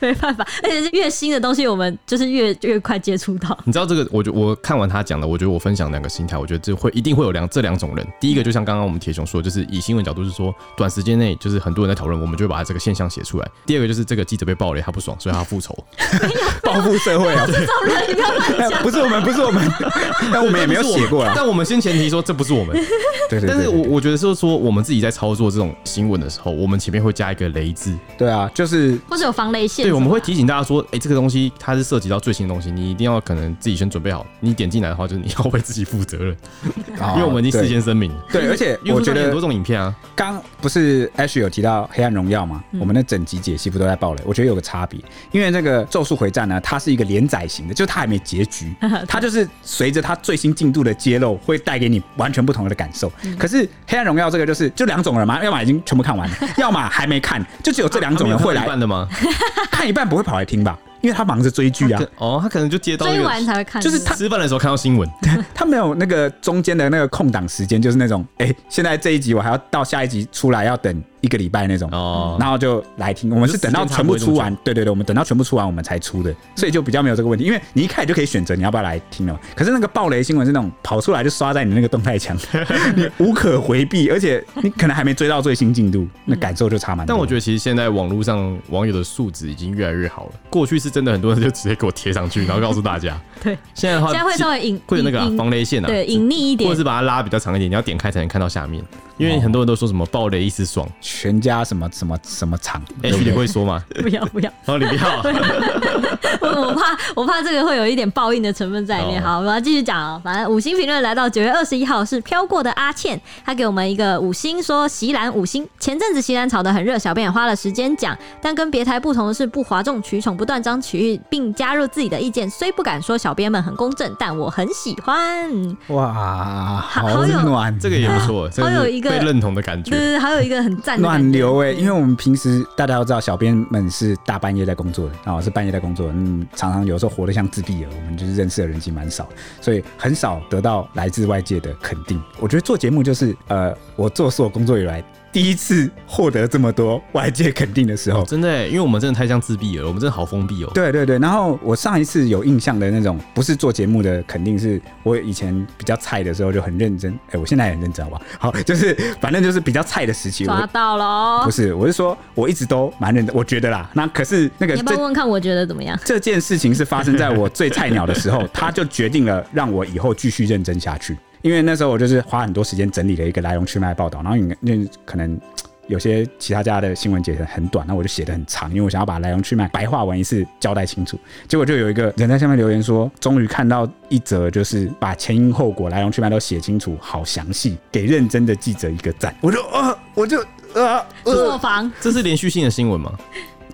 Speaker 2: 没办法，而且是越新的东西，我们就是越越快接触 到。
Speaker 1: 你知道这个，我觉我看完他讲的，我觉得我分享两个心态，我觉得这会一定会有两这两种人。第一个就像刚刚我们铁熊说，就是以新闻角度是说，短时间内就是很多人在讨论，我们就会把这个现象写出来。第二个就是这个记者被暴雷，他不爽，所以他要复仇。
Speaker 3: 报复社会啊！
Speaker 2: 这种人，你不要乱讲。
Speaker 3: 不是我们，不是我 们，但我们 也没有写过啊。
Speaker 1: 但我们先前提说这不是我们，
Speaker 3: 对对
Speaker 1: 但
Speaker 3: 对
Speaker 1: 是
Speaker 3: 对
Speaker 1: 我我觉得是说我们自己在操作这种新闻的时候，我们前面会加一个雷字，
Speaker 3: 对啊，就是
Speaker 2: 或者有防雷线啊什么的，
Speaker 1: 对，我们会提醒大家说，哎、这个东西它是涉及到最新的东西，你一定要可能自己先准备好。你点进来的话，就是你要为自己负责任，因为我们已经事先声明。
Speaker 3: 啊对，对而且
Speaker 1: 因为
Speaker 3: 我觉
Speaker 1: 很
Speaker 3: 得
Speaker 1: 多种影片啊，
Speaker 3: 刚不是 Ash 有提到《黑暗荣耀》嘛？我们的整集解析不都在爆雷？我觉得有个差别，因为那个《咒术回战》呢，它是一个连载型的，就是它还没结局，它就是随着它最新进度的揭露，会带给你完全不同的感受。可是《黑暗荣耀》这个就是就两种人嘛，要么已经全部看完了，要么还没看，就只有这两种人会
Speaker 1: 他们
Speaker 3: 来
Speaker 1: 有看到一半的吗？
Speaker 3: 看一半不会跑来听吧，因为他忙着追剧啊
Speaker 1: 可，哦，他可能就接到一
Speaker 2: 追
Speaker 1: 个
Speaker 2: 完才会看，
Speaker 3: 就是他
Speaker 1: 吃饭的时候看到新闻，
Speaker 3: 他没有那个中间的那个空档时间，就是那种哎、现在这一集我还要到下一集出来要等一个礼拜那种
Speaker 1: 哦
Speaker 3: 然后就来听。我们是等到全部出完，对对对，我们等到全部出完我们才出的，所以就比较没有这个问题。因为你一开始就可以选择你要不要来听了。可是那个暴雷新闻是那种跑出来就刷在你那个动态墙， 你无可回避，而且你可能还没追到最新进度，那感受就差蛮多。
Speaker 1: 嗯但我觉得其实现在网络上网友的素质已经越来越好了。过去是真的很多人就直接给我贴上去，然后告诉大家。
Speaker 2: 对，
Speaker 1: 现在的话，
Speaker 2: 现在会稍微隐
Speaker 1: 会有那个、啊
Speaker 2: 隐、
Speaker 1: 防雷线啊，
Speaker 2: 对隐匿一点
Speaker 1: 或者是把它拉比较长一点，你要点开才能看到下面。因为很多人都说什么暴雷一时爽
Speaker 3: 全家什么什么什么厂，
Speaker 1: ，H 你会说吗？
Speaker 2: 不要不要，
Speaker 1: 哦，你不要啊。
Speaker 2: 我我怕我怕这个会有一点报应的成分在里面。
Speaker 1: 哦
Speaker 2: 好，我要继续讲哦。反正五星评论来到九月二十一号是飘过的阿倩，她给我们一个五星说席兰五星。前阵子席兰炒得很热，小编也花了时间讲，但跟别台不同的是不哗众取宠，不断章取义，并加入自己的意见。虽不敢说小编们很公正，但我很喜欢。
Speaker 3: 哇，
Speaker 2: 好
Speaker 3: 好
Speaker 2: 有
Speaker 3: 暖，
Speaker 1: 这个也不
Speaker 3: 啊
Speaker 1: 错，这
Speaker 2: 好
Speaker 1: 个
Speaker 2: 有
Speaker 1: 是
Speaker 2: 一个
Speaker 1: 被认同的感
Speaker 2: 对
Speaker 1: 觉。
Speaker 2: 对对，还有一个很赞的感觉嗯
Speaker 3: 暖流哎、因为我们平时大家都知道，小编们是大半夜在工作的，啊、是半夜在工作的，嗯，常常有时候活得像自闭儿，我们就是认识的人其实蛮少，所以很少得到来自外界的肯定。我觉得做节目就是，呃，我做所有工作以来。第一次获得这么多外界肯定的时候。
Speaker 1: 真的耶，因为我们真的太像自闭了，我们真的好封闭哦。
Speaker 3: 对对对，然后我上一次有印象的那种，不是做节目的，肯定是我以前比较菜的时候就很认真。哎、我现在也很认真，好不好？好，就是反正就是比较菜的时期，
Speaker 2: 抓
Speaker 3: 我
Speaker 2: 到喽
Speaker 3: 不！是，我是说我一直都蛮认真，我觉得啦。那可是那个
Speaker 2: 你要不要
Speaker 3: 这
Speaker 2: 问看我觉得怎么样？
Speaker 3: 这件事情是发生在我最菜鸟的时候，他就决定了让我以后继续认真下去。因为那时候我就是花很多时间整理了一个来龙去脉的报道，然后你那可能。有些其他家的新闻解得很短，那我就写的很长，因为我想要把来龙去脉白话文一次交代清楚。结果就有一个人在下面留言说，终于看到一则就是把前因后果、来龙去脉都写清楚，好详细，给认真的记者一个赞。我就啊，我就啊，
Speaker 2: 破
Speaker 3: 呃，
Speaker 2: 防
Speaker 1: 这是连续性的新闻 吗？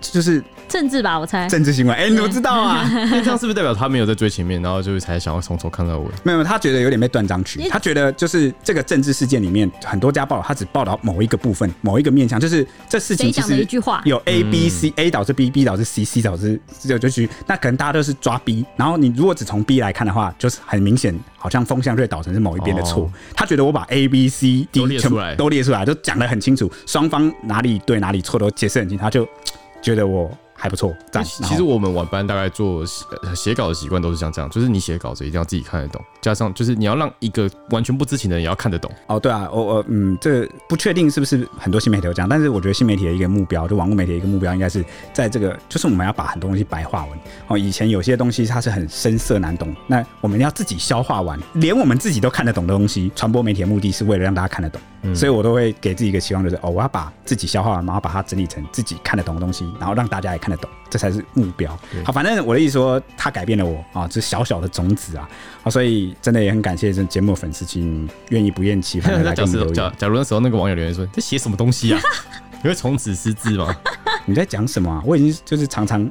Speaker 3: 就是
Speaker 2: 政治吧，我 猜。
Speaker 3: 政治新闻，哎、你怎么知道 啊？
Speaker 1: 那这样是不是代表他没有在追前面，然后就是才想要从头看到尾？
Speaker 3: 没有，他觉得有点被断章取义
Speaker 2: 你。
Speaker 3: 他觉得就是这个政治事件里面很多家报道，他只报道某一个部分、某一个面向，就是这事情
Speaker 2: 谁
Speaker 3: 其
Speaker 2: 讲的一
Speaker 3: 实
Speaker 2: 句话？
Speaker 3: 有 A、B、C，A
Speaker 1: 嗯
Speaker 3: 导致 B，B 导致 C，C 导致就就去，那可能大家都是抓 B，然后你如果只从 B 来看的话，就是很明显，好像风向就会导成是某一边的错。
Speaker 1: 哦
Speaker 3: 他觉得我把 A、B、C、D
Speaker 1: 都列
Speaker 3: 全部
Speaker 1: 出来
Speaker 3: 都列出来，就讲得很清楚，双方哪里对哪里错都解释很清，楚，他就嘖觉得我还不错，赞。然
Speaker 1: 其
Speaker 3: 后
Speaker 1: 实我们晚班大概做写呃写稿的习惯都是像这样，就是你写稿子一定要自己看得懂，加上就是你要让一个完全不知情的人也要看 得懂。
Speaker 3: 哦，对啊，我、我嗯，这个不确定是不是很多新媒体有这样，但是我觉得新媒体的一个目标，就网络媒体的一个目标，应该是在这个，就是我们要把很多东西白话文。哦，以前有些东西它是很深涩难懂，那我们要自己消化完，连我们自己都看得懂的东西，传播媒体的目的是为了让大家看得懂，所以我都会给自己一个期望，就是哦，我要把自己消化完，然后把它整理成自己看得懂的东西，然后让大家也看得懂，这才是目标。好，反正我的意思说，它改变了我啊，这小小的种子啊，啊，所以真的也很感谢这节目的粉丝，请愿意不厌其烦的
Speaker 1: 那
Speaker 3: 来给
Speaker 1: 假
Speaker 3: 我们
Speaker 1: 设
Speaker 3: 留
Speaker 1: 假
Speaker 3: 言。
Speaker 1: 假如那时候那个网友留言说：“这写什么 东西啊？你会从此失智吗
Speaker 3: 你在讲什么、啊？我已经就是常常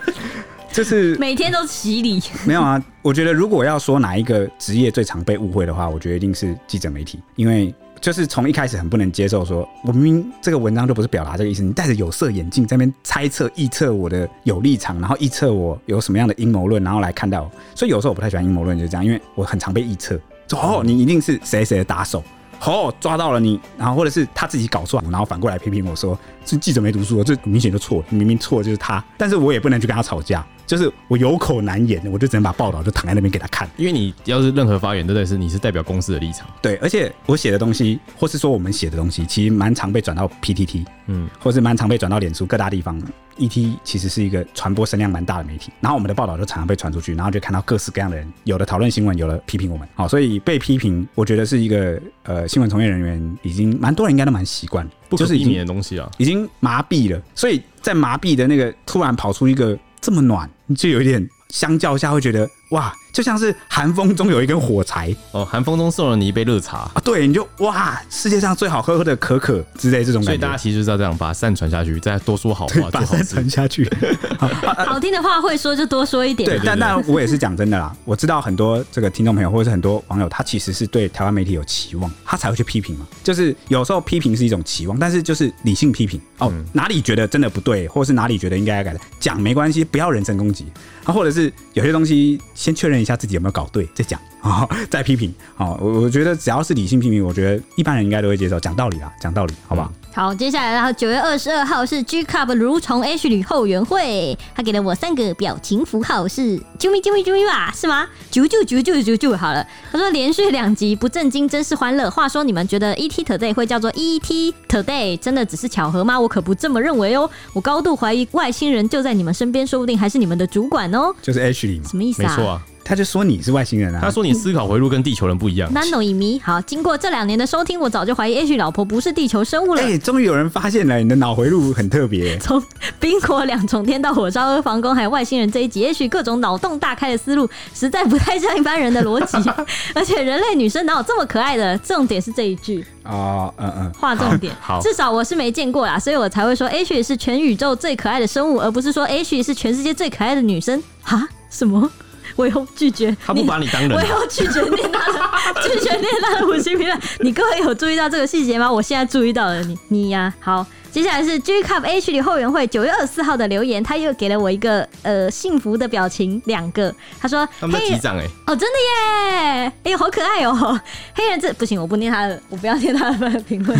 Speaker 3: 就是
Speaker 2: 每天都洗礼，
Speaker 3: 没有啊。我觉得如果要说哪一个职业最常被误会的话，我觉得一定是记者媒体，因为。就是从一开始很不能接受说我明明这个文章就不是表达这个意思，你戴着有色眼镜在那边猜测、臆测我的有立场，然后臆测我有什么样的阴谋论，然后来看待我。所以有时候我不太喜欢阴谋论，就是这样，因为我很常被臆测。哦，你一定是谁谁的打手，哦，抓到了你，然后或者是他自己搞错，然后反过来批评我说是记者没读书，这明显就错了，明明错的就是他，但是我也不能去跟他吵架，就是我有口难言，我就只能把报道就躺在那边给他看。？”
Speaker 1: 因为你要是任何发言，真的是你是代表公司的立场。
Speaker 3: 对，而且我写的东西，或是说我们写的东西，其实蛮常被转到 PTT，
Speaker 1: 嗯，
Speaker 3: 或是蛮常被转到脸书各大地方。ET 其实是一个传播声量蛮大的媒体，然后我们的报道就常常被传出去，然后就看到各式各样的人，有的讨论新闻，有的批评我们。好，所以被批评，我觉得是一个呃新闻从业人员已经蛮多人应该都蛮习惯，
Speaker 1: 不
Speaker 3: 就
Speaker 1: 可
Speaker 3: 是已
Speaker 1: 避
Speaker 3: 经
Speaker 1: 免的东西啊。
Speaker 3: 已经麻痹了，所以在麻痹的那个突然跑出一个这么暖，就有一点相较下会觉得哇，就像是寒风中有一根火柴
Speaker 1: 哦，寒风中送了你一杯热茶，
Speaker 3: 啊，对，你就哇，世界上最好喝的可可之类这种
Speaker 1: 所
Speaker 3: 感
Speaker 1: 以大家
Speaker 3: 觉，
Speaker 1: 其实就是要这样把善传下去，再多说好
Speaker 3: 对
Speaker 1: 话，
Speaker 3: 把
Speaker 1: 做好
Speaker 3: 它
Speaker 1: 事
Speaker 3: 传。下 去。
Speaker 2: 好听的话会说就多说一点啊
Speaker 3: 对，
Speaker 2: 嘛。
Speaker 3: 但但我也是讲真的啦，我知道很多这个听众朋友或者是很多网友，他其实是对台湾媒体有期望，他才会去批评嘛。就是有时候批评是一种期望，但是就是理性批评哦，
Speaker 1: 嗯
Speaker 3: 哪里觉得真的不对，或是哪里觉得应该要改的，讲没关系，不要人身攻击。啊，或者是有些东西先确认一下自己有没有搞对，再讲 啊、哦，再批评啊、哦。我我觉得只要是理性批评，我觉得一般人应该都会接受，讲道理啦，讲道理，好不好？
Speaker 1: 嗯
Speaker 2: 好，接下来然后九月二十二号是 G Cup 蠕虫 H 旅后援会，他给了我三个表情符号是啾咪啾咪啾咪吧，是吗？啾啾啾啾啾啾，好了，他说连续两集不正经真是欢乐。话说你们觉得 ET Today 会叫做 ET Today 真的只是巧合吗？我可不这么认为哦，我高度怀疑外星人就在你们身边，说不定还是你们的主管哦。
Speaker 3: 就是 H 里嘛，
Speaker 2: 什么意思
Speaker 1: 没
Speaker 2: 啊？
Speaker 1: 错啊，
Speaker 3: 他就说你是外星人啊
Speaker 1: 他，说你思考回路跟地球人不一样。
Speaker 2: ，nano 影迷，好，经过这两年的收听，我早就怀疑 H 老婆不是地球生物了。
Speaker 3: 哎、
Speaker 1: 啊
Speaker 3: 终于有人发现了你的脑回路很特 别。
Speaker 2: 从冰火两重天到火烧阿房宫，还有外星人这一集，也许各种脑洞大开的思路，实在不太像一般人的逻 辑。而且人类女生哪有这么可爱的？重点是这一句，
Speaker 3: 哦，嗯嗯，
Speaker 2: 划重点。
Speaker 1: 好好
Speaker 2: 至少我是没见过啦，所以我才会说 H 是全宇宙最可爱的生物，而不是说 H 是全世界最可爱的女生。哈？什么？我又拒绝
Speaker 1: 他不把你当人
Speaker 2: 我
Speaker 1: 啊，
Speaker 2: 有拒绝念他的拒绝念他的五星评论，你各位有注意到这个细节吗？我现在注意到了你，你呀、好，接下来是 G Cup A 区里后援会九月二十四号的留言，他又给了我一个呃幸福的表情，两个。他说
Speaker 1: 他们在
Speaker 2: 黑
Speaker 1: 击
Speaker 2: 人
Speaker 1: 掌哎，
Speaker 2: 哦，真的耶，哎呦好可爱哦。 黑人这不行，我不念他的，我不要念他的评论。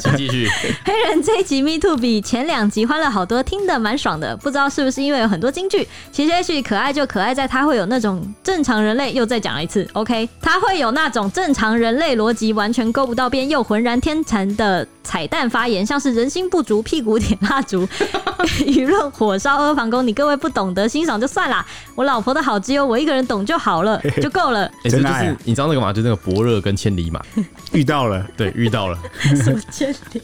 Speaker 1: 请继续。哎
Speaker 2: 黑人这一集 Me Too 比前两集欢乐好多，听得蛮爽的。不知道是不是因为有很多金句，其实也许可爱就可爱在它会有那种正常人类又再讲了一次，OK，它会有那种正常人类逻辑完全勾不到边又浑然天成的彩蛋发言，像是人心不足屁股点蜡烛， 舆论火烧阿房宫，你各位不懂得欣赏就算啦，我老婆的好只有我一个人懂就好了，就够了。
Speaker 1: 哎，这
Speaker 3: 真
Speaker 1: 就
Speaker 3: 爱
Speaker 1: 是
Speaker 3: 啊
Speaker 1: 你知道那个嘛，就是那个伯乐跟千里马，
Speaker 3: 遇到了，
Speaker 1: 对，遇到了。
Speaker 2: 什么建立？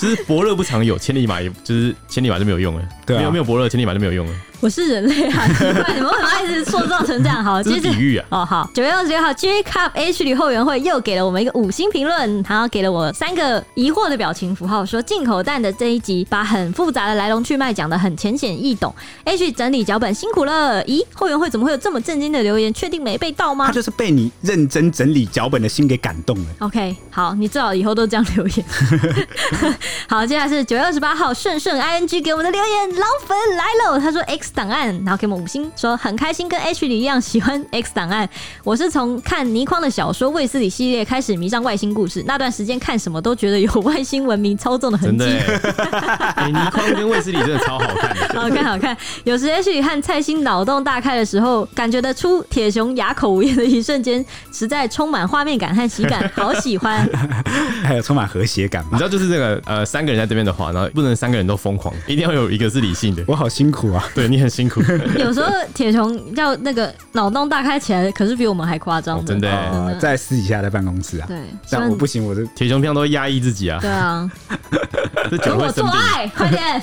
Speaker 1: 就是伯乐不常有，千里马也就是千里马就没有用了。
Speaker 3: 对啊
Speaker 1: 没有没有伯乐，千里马就没有用了。
Speaker 2: 我是人类啊，奇怪，你们为什么一直塑造成这样？好，
Speaker 1: 这
Speaker 2: 其
Speaker 1: 是
Speaker 2: 实
Speaker 1: 比喻啊。
Speaker 2: 哦，好，九月二十六号，G Cup H 旅后援会又给了我们一个五星评论，然后给了我三个疑惑的表情符号，说进口蛋的这一集把很复杂的来龙去脉讲得很浅显易懂。H 整理脚本辛苦了，咦，后援会怎么会有这么震惊的留言？确定没被
Speaker 1: 啊
Speaker 2: 盗
Speaker 3: 他
Speaker 2: 吗
Speaker 3: 就是被你认真整理脚本的心给感动 了。
Speaker 2: ？OK，好，你最好以后都这样留言。好，接下来是九月二十八号，顺顺 ing 给我们的留言，老粉来了。他说 X 档案，然后给我们五星，说很开心跟 H 里一样喜欢 X 档案。我是从看倪匡的小说《卫斯理》系列开始迷上外星故事，那段时间看什么都觉得有外星文明操纵的痕
Speaker 1: 真
Speaker 2: 迹
Speaker 1: 的、。欸， 哎倪匡跟卫斯理真的超好看的。
Speaker 2: 好看，好看。有时 H 里和蔡欣脑洞大开的时候，感觉得出铁熊哑口无言的一瞬间，实在充满画面感和喜感，好喜欢。
Speaker 3: 还有充满和谐感
Speaker 1: 你
Speaker 3: 嘛。
Speaker 1: 知道，就是这个呃，三个人在这边的话，然后不能三个人都疯狂，一定要有一个是理性的。
Speaker 3: 我好辛苦啊！
Speaker 1: 对你很辛苦，
Speaker 2: 有时候铁熊要那个脑洞大开起来，可是比我们还夸张、
Speaker 1: 哦真的欸
Speaker 3: 啊、
Speaker 2: 真的
Speaker 3: 在私底下在办公室啊，
Speaker 2: 对，希
Speaker 3: 但
Speaker 2: 望
Speaker 3: 我不行，我 是
Speaker 1: 铁熊平常都会压抑自己啊，
Speaker 2: 对啊，
Speaker 1: 这
Speaker 2: 跟
Speaker 1: 酒会
Speaker 2: 我做
Speaker 1: 生病。
Speaker 2: 爱，快点，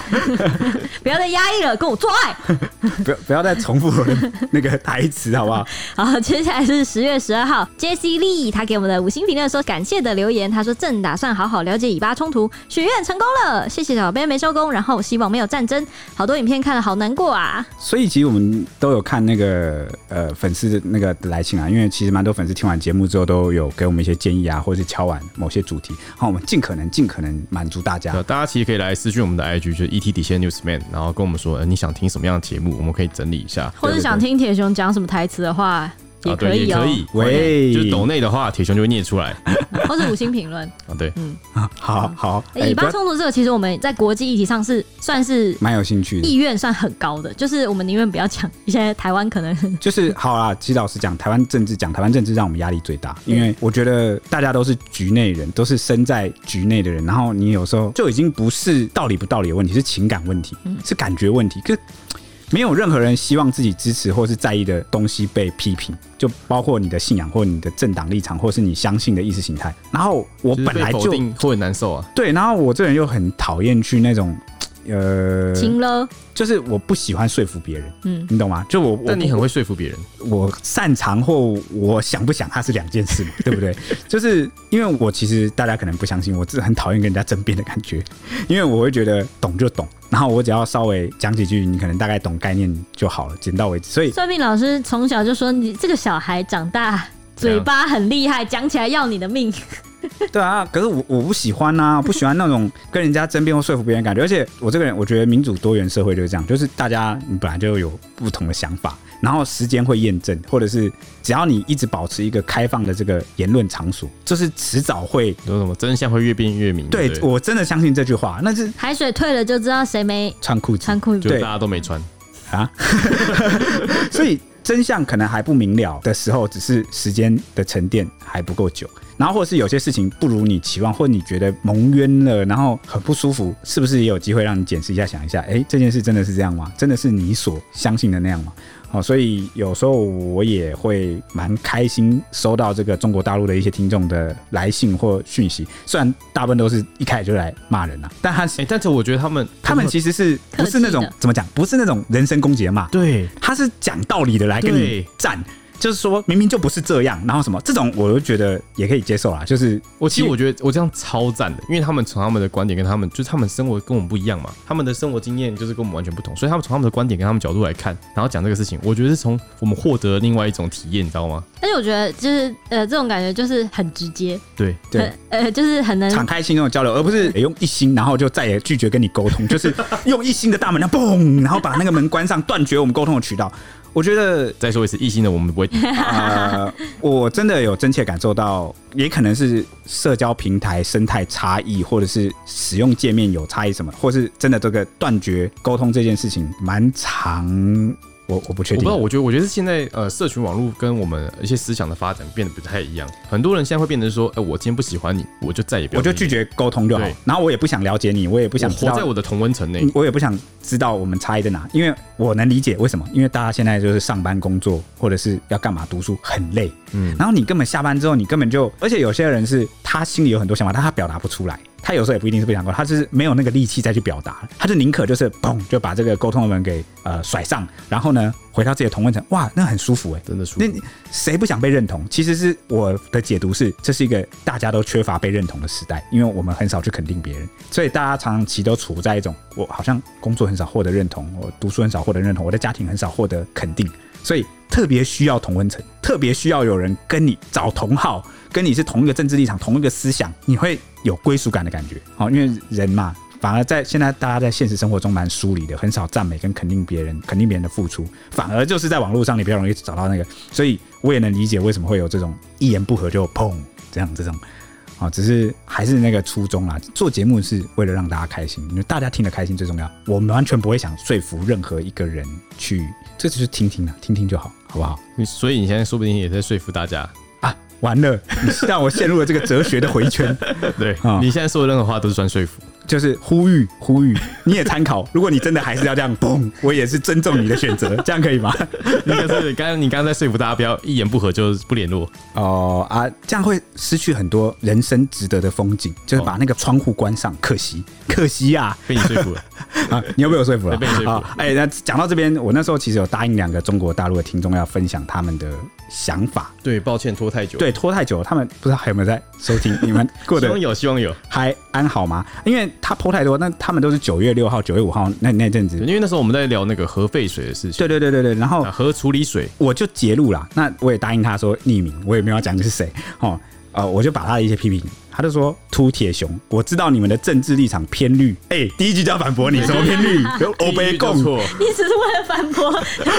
Speaker 2: 不要再压抑了，跟我做爱。
Speaker 3: 不要不要再重复我的那个台词，好不 好？
Speaker 2: 好，接下来是十月十二号，J.C. Lee 他给我们的五星评论说感谢的留言，他说正打算好好了解以巴冲突，许愿成功了，谢谢小编没收工，然后希望没有战争。好多影片看了好难过啊，
Speaker 1: 哎
Speaker 3: 所以其实我们都有看那个呃粉丝的那个来信啊，因为其实蛮多粉丝听完节目之后都有给我们一些建议啊，或者是敲完某些主题，好，我们尽可能尽可能满足大
Speaker 1: 对
Speaker 3: 家。
Speaker 1: 大家其实可以来私讯我们的 IG，就是 ET 底线 Newsman，然后跟我们说、呃你想听什么样的节目，我们可以整理一下。
Speaker 2: 或者想听铁熊讲什么台词的话。也
Speaker 1: 啊，
Speaker 2: 可
Speaker 1: 对，
Speaker 2: 以
Speaker 1: 也
Speaker 2: 哦、
Speaker 1: 可以。
Speaker 3: 喂
Speaker 1: 就是抖内的话，铁熊就会念出来
Speaker 2: 或者五星评论。
Speaker 1: 啊。对，
Speaker 2: 嗯
Speaker 3: 好好，哎
Speaker 2: 以
Speaker 3: 不
Speaker 2: 巴
Speaker 3: 要
Speaker 2: 冲突这个，其实我们在国际议题上是算是
Speaker 3: 蛮有兴
Speaker 1: 嗯
Speaker 3: 趣的
Speaker 2: 意。愿算很高的，就是我们宁愿不要讲一些台湾可能
Speaker 3: 就是好啦，其实老实讲，台湾政治讲台湾政治让我们压力最大，因为我觉得大家都是局内人，都是身在局内的人，然后你有时候就已经不是道理不道理的问题，是情感问题，
Speaker 1: 嗯
Speaker 3: 是感觉问题，可是没有任何人希望自己支持或是在意的东西被批评，就包括你的信仰或你的政党立场，或是你相信的意识形态。然后我
Speaker 1: 就是
Speaker 3: 本
Speaker 1: 被
Speaker 3: 来
Speaker 1: 否
Speaker 3: 就
Speaker 1: 定会很难受啊。
Speaker 3: 对，然后我这人又很讨厌去那种。呃，
Speaker 2: 情了，
Speaker 3: 就是我不喜欢说服别人，
Speaker 2: 嗯，
Speaker 3: 你懂吗？就我，我
Speaker 1: 但你
Speaker 3: 不
Speaker 1: 很会说服别人，
Speaker 3: 我擅长或我想不想，它是两件事 嘛，对不对？就是因为我其实大家可能不相信，我是很讨厌跟人家争辩的感觉，因为我会觉得懂就懂，然后我只要稍微讲几句，你可能大概懂概念就好了，点到为止。所以
Speaker 2: 算命老师从小就说你这个小孩长大嘴巴很厉害，讲起来要你的命。
Speaker 3: 对啊，可是我我不喜欢呐、啊，不喜欢那种跟人家争辩或说服别人的感觉。而且我这个人，我觉得民主多元社会就是这样，就是大家你本来就有不同的想法，然后时间会验证，或者是只要你一直保持一个开放的这个言论场所，就是迟早会
Speaker 1: 你说什么真相会越变越明。
Speaker 3: 对
Speaker 1: 不对
Speaker 3: 我真的相信这句话，那是
Speaker 2: 海水退了就知道谁没
Speaker 3: 穿裤子
Speaker 2: 穿裤
Speaker 1: 就
Speaker 2: 子。
Speaker 1: 大
Speaker 3: 对
Speaker 1: 家都没穿。
Speaker 3: 啊， 所以真相可能还不明了的时候，只是时间的沉淀还不够久，然后或是有些事情不如你期望，或你觉得蒙冤了，然后很不舒服，是不是也有机会让你检视一下，想一下，哎、这件事真的是这样吗？真的是你所相信的那样吗？好、所以有时候我也会蛮开心收到这个中国大陆的一些听众的来信或讯息，虽然大部分都是一开始就来骂人啊，但他是
Speaker 1: 哎、但是我觉得他们
Speaker 3: 他们其实是不是那种
Speaker 2: 客气的
Speaker 3: 怎么讲？不是那种人身攻击的骂，
Speaker 1: 对
Speaker 3: 他是讲道理的来跟你
Speaker 1: 对
Speaker 3: 战，就是说明明就不是这样，然后什么这种我都觉得也可以接受啦。就是
Speaker 1: 我其实我觉得我这样超赞的，因为他们从他们的观点跟他们就是他们生活跟我们不一样嘛，他们的生活经验就是跟我们完全不同，所以他们从他们的观点跟他们角度来看，然后讲这个事情，我觉得是从我们获得另外一种体验，你知道吗？
Speaker 2: 而且我觉得就是呃，这种感觉就是很直接，
Speaker 1: 对，
Speaker 3: 对
Speaker 2: 很呃，就是很能
Speaker 3: 敞开心中的交流，而不是哎用一心，然后就再也拒绝跟你沟通， 就是用一心的大门，然后嘣，然后把那个门关上，断绝我们沟通的渠道。我觉得
Speaker 1: 再说一次，异性的我们 不会，
Speaker 3: 呃，我真的有真切感受到，也可能是社交平台生态差异，或者是使用界面有差异什么，或是真的这个断绝沟通这件事情蛮长，我我不确
Speaker 1: 我不知
Speaker 3: 定
Speaker 1: 道，。我觉得我觉得是现在呃，社群网络跟我们一些思想的发展变得不太一样，很多人现在会变成说，哎、我今天不喜欢你，我就再也不要
Speaker 3: 我
Speaker 1: 跟
Speaker 3: 就拒
Speaker 1: 你，
Speaker 3: 绝沟通就好
Speaker 1: 对，
Speaker 3: 然后我也不想了解你，我也不
Speaker 1: 我
Speaker 3: 想知
Speaker 1: 活
Speaker 3: 道
Speaker 1: 在我的同温层内
Speaker 3: 嗯。我也不想知道我们差异在哪，因为我能理解为什么，因为大家现在就是上班工作或者是要干嘛读书很累，
Speaker 1: 嗯
Speaker 3: 然后你根本下班之后你根本就，而且有些人是他心里有很多想法，但他表达不出来，他有时候也不一定是不想沟通，他就是没有那个力气再去表达，他就宁可就是嘣就把这个沟通的门给呃甩上，然后呢回到自己的同温层，哇，那很舒服哎、
Speaker 1: 真的舒
Speaker 3: 那
Speaker 1: 服。
Speaker 3: 你谁不想被认同？其实是我的解读是，这是一个大家都缺乏被认同的时代，因为我们很少去肯定别人，所以大家长期都处在一种我好像工作很少获得认同，我读书很少获得认同，我的家庭很少获得肯定，所以特别需要同温层，特别需要有人跟你找同好，跟你是同一个政治立场、同一个思想，你会有归属感的感觉。好、因为人嘛。反而在现在，大家在现实生活中蛮疏离的，很少赞美跟肯定别人，肯定别人的付出，反而就是在网络上你比较容易找到那个，所以我也能理解为什么会有这种一言不合就砰这样这种，啊、只是还是那个初衷啦。做节目是为了让大家开心，因为大家听得开心最重要。我们完全不会想说服任何一个人去，这只是听听啦，听听就好，好不好？
Speaker 1: 你所以你现在说不定也在说服大 家，
Speaker 3: 啊，完了，你 让我陷入了这个哲学的回圈。
Speaker 1: 对、
Speaker 3: 啊
Speaker 1: 你现在说的任何话都是算说服。
Speaker 3: 就是呼吁呼吁，你也参考。如果你真的还是要这样嘣，我也是尊重你的选择，这样可以吗？
Speaker 1: 那个是刚刚你刚才说服大家不要一言不合就不联络，
Speaker 3: 哦啊，这样会失去很多人生值得的风景，就是把那个窗户关上，可惜，可惜呀、啊。
Speaker 1: 被你说服了。
Speaker 3: 啊，你又被我说服了，
Speaker 1: 嗯被你说服
Speaker 3: 啊！哎、那讲到这边，我那时候其实有答应两个中国大陆的听众要分享他们的想法。
Speaker 1: 对，抱歉拖太久。，
Speaker 3: 对，拖太久了，他们不知道还有没有在收听，你们过
Speaker 1: 希
Speaker 3: 得
Speaker 1: 望有，希望有。
Speaker 3: 还安好吗？因为他拖太多，那他们都是九月六号、九月五号那那阵子。
Speaker 1: 因为那时候我们在聊那个核废水的事情，
Speaker 3: 对对对对对，然后
Speaker 1: 啊，核处理水，
Speaker 3: 我就截录啦，那我也答应他说匿名，我也没有要讲你是谁 哦。呃，我就把他的一些批评，他就说秃铁熊，我知道你们的政治立场偏绿，哎、第一句就要反驳你，什么偏绿？欧杯
Speaker 1: 共
Speaker 3: 共。
Speaker 1: 错，
Speaker 2: 你只是为了反驳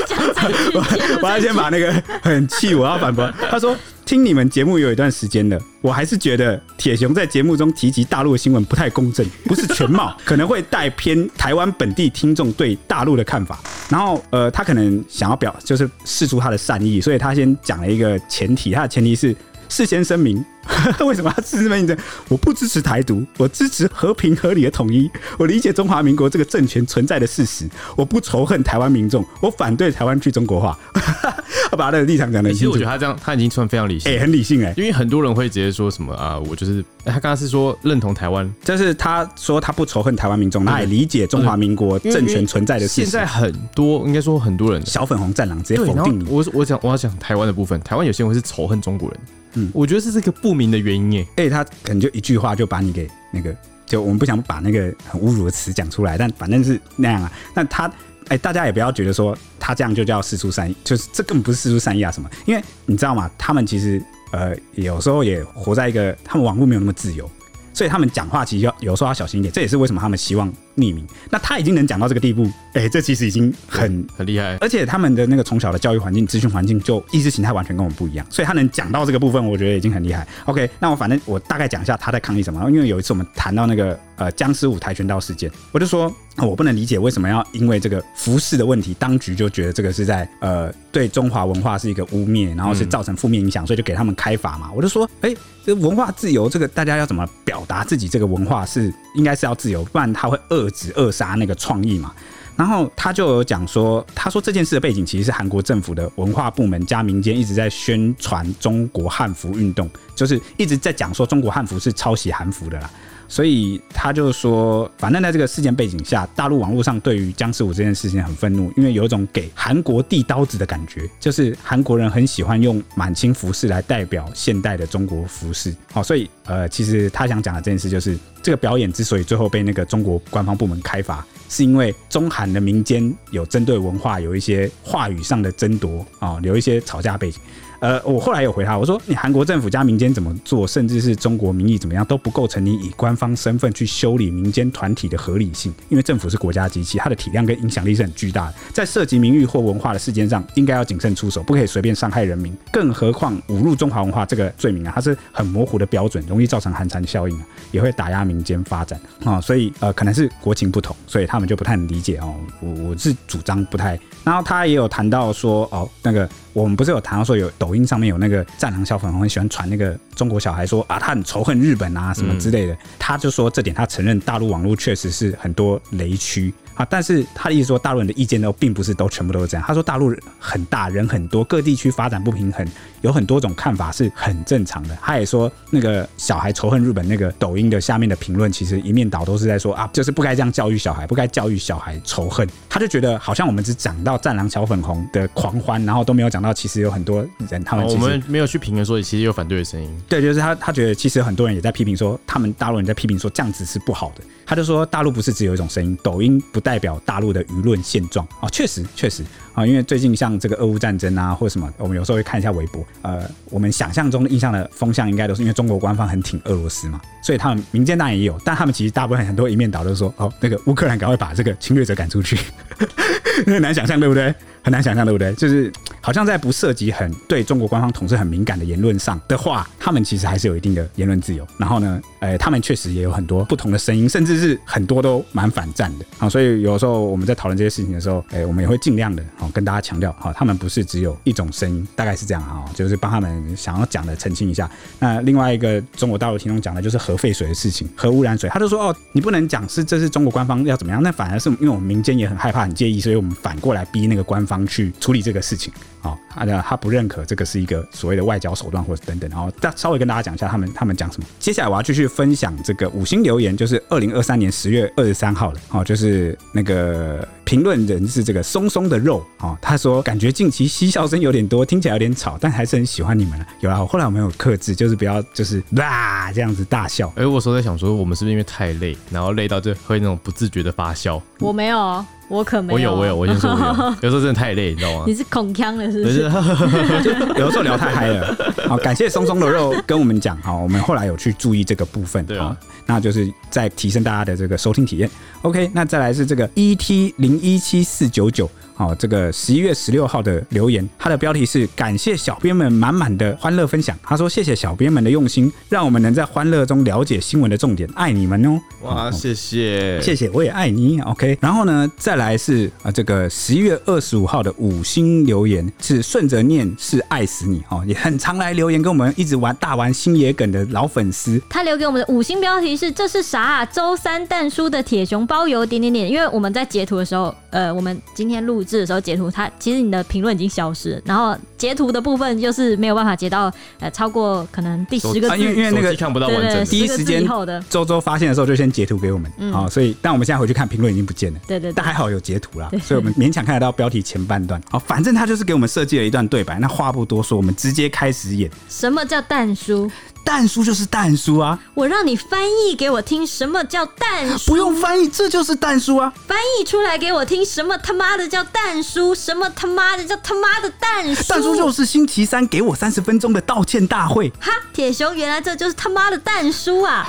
Speaker 2: 讲这一句结 论
Speaker 3: 我要先把那个很气，我要反驳。他说：“听你们节目有一段时间了，我还是觉得铁熊在节目中提及大陆的新闻不太公正，不是全貌，可能会带偏台湾本地听众对大陆的看法。然后，呃，他可能想要表就是试出他的善意，所以他先讲了一个前提，他的前提是事先声明。 为什么要支持民进？我不支持台独，我支持和平合理的统一。我理解中华民国这个政权存在的事实，我不仇恨台湾民众，我反对台湾去中国化。他把他的立场讲的很
Speaker 1: 其实
Speaker 3: 清
Speaker 1: 我
Speaker 3: 楚
Speaker 1: 觉得，他这样，他已经算非常理
Speaker 3: 哎、
Speaker 1: 性。
Speaker 3: 很理性哎、
Speaker 1: 因为很多人会直接说什么啊，我就是他刚刚是说认同台湾，
Speaker 3: 就是他说他不仇恨台湾民众，他也理解中华民国政权存在的事
Speaker 1: 现
Speaker 3: 实
Speaker 1: 在。很多应该说很多人
Speaker 3: 小粉红战狼直接
Speaker 1: 对，
Speaker 3: 否
Speaker 1: 然后
Speaker 3: 定你。
Speaker 1: 我我讲我要讲台湾的部分，台湾有些人会是仇恨中国人，
Speaker 3: 嗯
Speaker 1: 嗯，我觉得这是一个不明的原因耶。
Speaker 3: 哎、他可能就一句话就把你给那个，就我们不想把那个很侮辱的词讲出来，但反正是那样啊。那他，哎、大家也不要觉得说他这样就叫四出三意，就是这根本不是四出三意啊什么，因为你知道吗？他们其实呃有时候也活在一个他们网络没有那么自由。所以他们讲话其实要有时候要小心一点，这也是为什么他们希望匿名。那他已经能讲到这个地步，哎、这其实已经很
Speaker 1: 很厉害，
Speaker 3: 而且他们的那个从小的教育环境、资讯环境，就意识形态完全跟我们不一样，所以他能讲到这个部分，我觉得已经很厉害。OK，那我反正我大概讲一下他在抗议什么。因为有一次我们谈到那个呃僵尸舞跆拳道事件，我就说呃我不能理解为什么要因为这个服饰的问题，当局就觉得这个是在呃对中华文化是一个污蔑，然后是造成负面影响，所以就给他们开罚嘛。我就说，哎、这文化自由，这个大家要怎么表达自己这个文化是应该是要自由，不然他会遏制扼杀那个创意嘛。然后他就有讲说，他说这件事的背景其实是韩国政府的文化部门加民间一直在宣传中国汉服运动，就是一直在讲说中国汉服是抄袭韩服的啦。所以他就说，反正在这个事件背景下，大陆网络上对于僵尸舞这件事情很愤怒，因为有一种给韩国递刀子的感觉，就是韩国人很喜欢用满清服饰来代表现代的中国服饰。好、所以呃，其实他想讲的这件事就是，这个表演之所以最后被那个中国官方部门开罚，是因为中韩的民间有针对文化有一些话语上的争夺啊、哦有一些吵架背景。呃，我后来有回他，我说你韩国政府加民间怎么做，甚至是中国民意怎么样，都不构成你以官方身份去修理民间团体的合理性，因为政府是国家机器，它的体量跟影响力是很巨大的，在涉及名誉或文化的事件上，应该要谨慎出手，不可以随便伤害人民，更何况侮辱中华文化这个罪名啊，它是很模糊的标准，容易造成寒蝉效应啊，也会打压民间发展啊、所以呃，可能是国情不同，所以他们就不太能理解哦。我我是主张不太，然后他也有谈到说哦，那个我们不是有谈到说有抖音上面有那个战狼小粉红很喜欢传那个中国小孩说啊，他很仇恨日本啊什么之类的，他就说这点他承认大陆网络确实是很多雷区。啊，但是他的意思说，大陆人的意见都并不是都全部都是这样。他说大陆人很大，人很多，各地区发展不平衡，有很多种看法是很正常的。他也说，那个小孩仇恨日本那个抖音的下面的评论，其实一面倒都是在说啊，就是不该这样教育小孩，不该教育小孩仇恨。他就觉得好像我们只讲到战狼小粉红的狂欢，然后都没有讲到其实有很多人他
Speaker 1: 哦
Speaker 3: 们其
Speaker 1: 我
Speaker 3: 实、
Speaker 1: 们没有去评论说其实有反对的声音，
Speaker 3: 对，就是他，他觉得其实很多人也在批评说，他们大陆人在批评说这样子是不好的。他就说，大陆不是只有一种声音，抖音不代表大陆的舆论现状啊、哦。确实，确实啊、因为最近像这个俄乌战争啊，或者什么，我们有时候会看一下微博。呃，我们想象中的印象的风向，应该都是因为中国官方很挺俄罗斯嘛，所以他们民间当然也有，但他们其实大部分很多一面倒都说，哦，那个乌克兰赶快把这个侵略者赶出去。 很难想象，对不对？很难想象，对不对？就是好像在不涉及很对中国官方统治很敏感的言论上的话，他们其实还是有一定的言论自由。然后呢，呃，他们确实也有很多不同的声音，甚至是很多都蛮反战的啊。所以有时候我们在讨论这些事情的时候，哎、我们也会尽量的好、跟大家强调，好、他们不是只有一种声音，大概是这样啊、就是帮他们想要讲的澄清一下。那另外一个中国大陆听众讲的就是核废水的事情，核污染水，他就说哦，你不能讲是这是中国官方要怎么样，那反而是因为我们民间也很害怕、很介意，所以我们反过来逼那个官方去处理这个事情。哦，他的他不认可这个是一个所谓的外交手段或者等等，然后大稍微跟大家讲一下他们他们讲什么。接下来我要继续分享这个五星留言，就是二零二三年十月二十三号了，哦，就是那个评论人是这个松松的肉，哦，他说感觉近期嬉笑声有点多，听起来有点吵，但还是很喜欢你们了。有啊，我后来我们有克制，就是不要就是啦这样子大笑。
Speaker 1: 哎、我有时候在想说，我们是不是因为太累，然后累到就会那种不自觉的发笑？
Speaker 2: 我没有哦，我可没
Speaker 1: 我有，我有，我先说我有，有时候真的太累，你知道吗
Speaker 2: 你？是恐腔了是不？
Speaker 1: 就是是
Speaker 3: 有的时候聊太嗨了。好，感谢松松的肉跟我们讲，好，我们后来有去注意这个部分，
Speaker 1: 对啊
Speaker 3: 好，那就是在提升大家的这个收听体验。OK，那再来是这个 ET 零一七四九九。好，这个十一月十六号的留言，它的标题是“感谢小编们满满的欢乐分享”。他说：“谢谢小编们的用心，让我们能在欢乐中了解新闻的重点，爱你们哦。”
Speaker 1: 哇，谢谢，
Speaker 3: 谢谢，我也爱你。OK，然后呢，再来是啊、呃这个十一月二十五号的五星留言是顺着念是爱死你哦，也很常来留言跟我们一直玩大玩星野梗的老粉丝。
Speaker 2: 他留给我们的五星标题是：“这是啥、啊？周三蛋叔的铁熊包邮点点点。”因为我们在截图的时候，呃，我们今天录制的时候截图，它其实你的评论已经消失了，然后截图的部分就是没有办法截到，呃，超过可能第十个字，
Speaker 3: 啊因为因为那
Speaker 1: 手
Speaker 3: 个
Speaker 1: 机看不到
Speaker 2: 对
Speaker 1: 完
Speaker 2: 对
Speaker 1: 整
Speaker 2: 对，
Speaker 1: 的，
Speaker 3: 第一
Speaker 2: 10个字
Speaker 3: 时间
Speaker 2: 以后的，
Speaker 3: 周周发现的时候就先截图给我们，
Speaker 2: 嗯
Speaker 3: 好、所以但我们现在回去看评论已经不见了，
Speaker 2: 对对对
Speaker 3: 但还好有截图啦，所以我们勉强看得到标题前半段。好、反正他就是给我们设计了一段对白，那话不多说，我们直接开始演。
Speaker 2: 什么叫蛋叔？
Speaker 3: 蛋叔就是蛋叔啊，
Speaker 2: 我让你翻译给我听，什么叫蛋叔？
Speaker 3: 不用翻译，这就是蛋叔啊。
Speaker 2: 翻译出来给我听，什么他妈的叫蛋叔？什么他妈的叫他妈的蛋叔？
Speaker 3: 蛋叔就是星期三给我三十分钟的道歉大会。
Speaker 2: 哈，铁熊原来这就是他妈的蛋叔啊！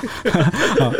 Speaker 3: 好，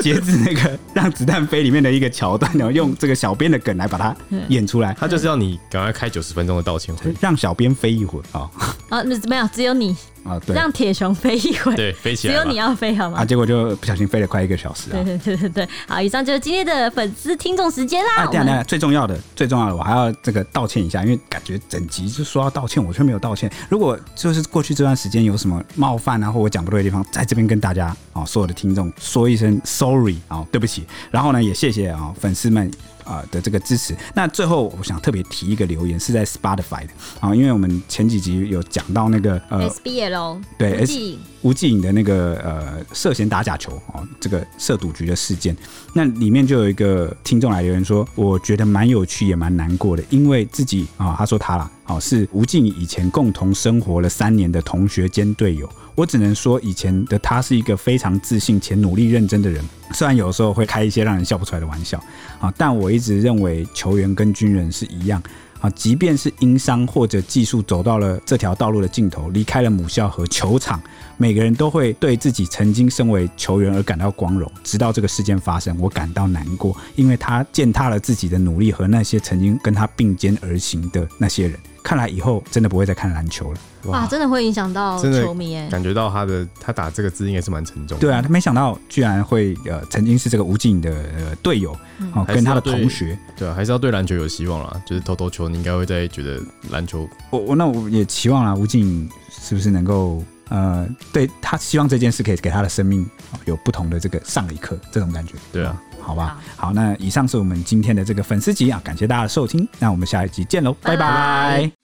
Speaker 3: 截止那个《让子弹飞》里面的一个桥段呢，用这个小编的梗来把它演出来，
Speaker 1: 他就是要你赶快开九十分钟的道歉会，
Speaker 3: 让小编飞一会儿啊
Speaker 2: 啊，没有，只有你
Speaker 3: 啊，对
Speaker 2: 让铁熊飞一会，
Speaker 1: 对，飞起
Speaker 2: 只
Speaker 1: 来
Speaker 2: 有
Speaker 1: 吧
Speaker 2: 你要飞好
Speaker 3: 啊，
Speaker 2: 吗？
Speaker 3: 结果就不小心飞了快一个小时啊
Speaker 2: 对。 对对对对，好，以上就是今天的粉丝听众时间
Speaker 3: 啊，
Speaker 2: 啦。我
Speaker 3: 对啊，对
Speaker 2: 们
Speaker 3: 啊，最重要的，最重要的，我还要这个道歉一下，因为感觉整集就说要道歉，我却没有道歉。如果就是过去这段时间有什么冒犯啊，或我讲不对的地方，在这边跟大家哦，所有的听众说一声 sorry 哦，对不起。然后呢，也谢谢啊、哦、粉丝们啊、呃的这个支持。那最后我想特别提一个留言，是在 Spotify 的啊、哦因为我们前几集有讲到那个呃
Speaker 2: SBL
Speaker 3: 对
Speaker 2: 无
Speaker 3: S
Speaker 2: 忌
Speaker 3: 吴继颖的那个呃涉嫌打假球哦，这个涉赌局的事件，那里面就有一个听众来留言说，我觉得蛮有趣也蛮难过的，因为自己啊、他说他啦，哦是吴静以前共同生活了三年的同学兼队友，我只能说以前的他是一个非常自信且努力认真的人，虽然有时候会开一些让人笑不出来的玩笑啊、但我一直认为球员跟军人是一样。啊，即便是因伤或者技术走到了这条道路的尽头，离开了母校和球场，每个人都会对自己曾经身为球员而感到光荣。直到这个事件发生，我感到难过，因为他践踏了自己的努力和那些曾经跟他并肩而行的那些人。看来以后真的不会再看篮球了。
Speaker 2: 哇，真的会影响到
Speaker 1: 真的
Speaker 2: 球迷哎。
Speaker 1: 感觉到他的他打这个字应该是蛮沉重的。
Speaker 3: 对啊，他没想到居然会呃，曾经是这个吴静的呃队友哦、
Speaker 1: 嗯还是
Speaker 3: 跟他的
Speaker 1: 要对
Speaker 3: 同学。
Speaker 1: 对啊，还是要对篮球有希望啦。就是投投球，你应该会在觉得篮球
Speaker 3: 我我那我也期望啦，吴静是不是能够呃，对他希望这件事可以给他的生命哦有不同的这个上一课这种感觉。
Speaker 1: 对啊，
Speaker 3: 好吧，好，那以上是我们今天的这个粉丝集啊，感谢大家的收听，那我们下一集见喽，拜
Speaker 2: 拜
Speaker 3: 拜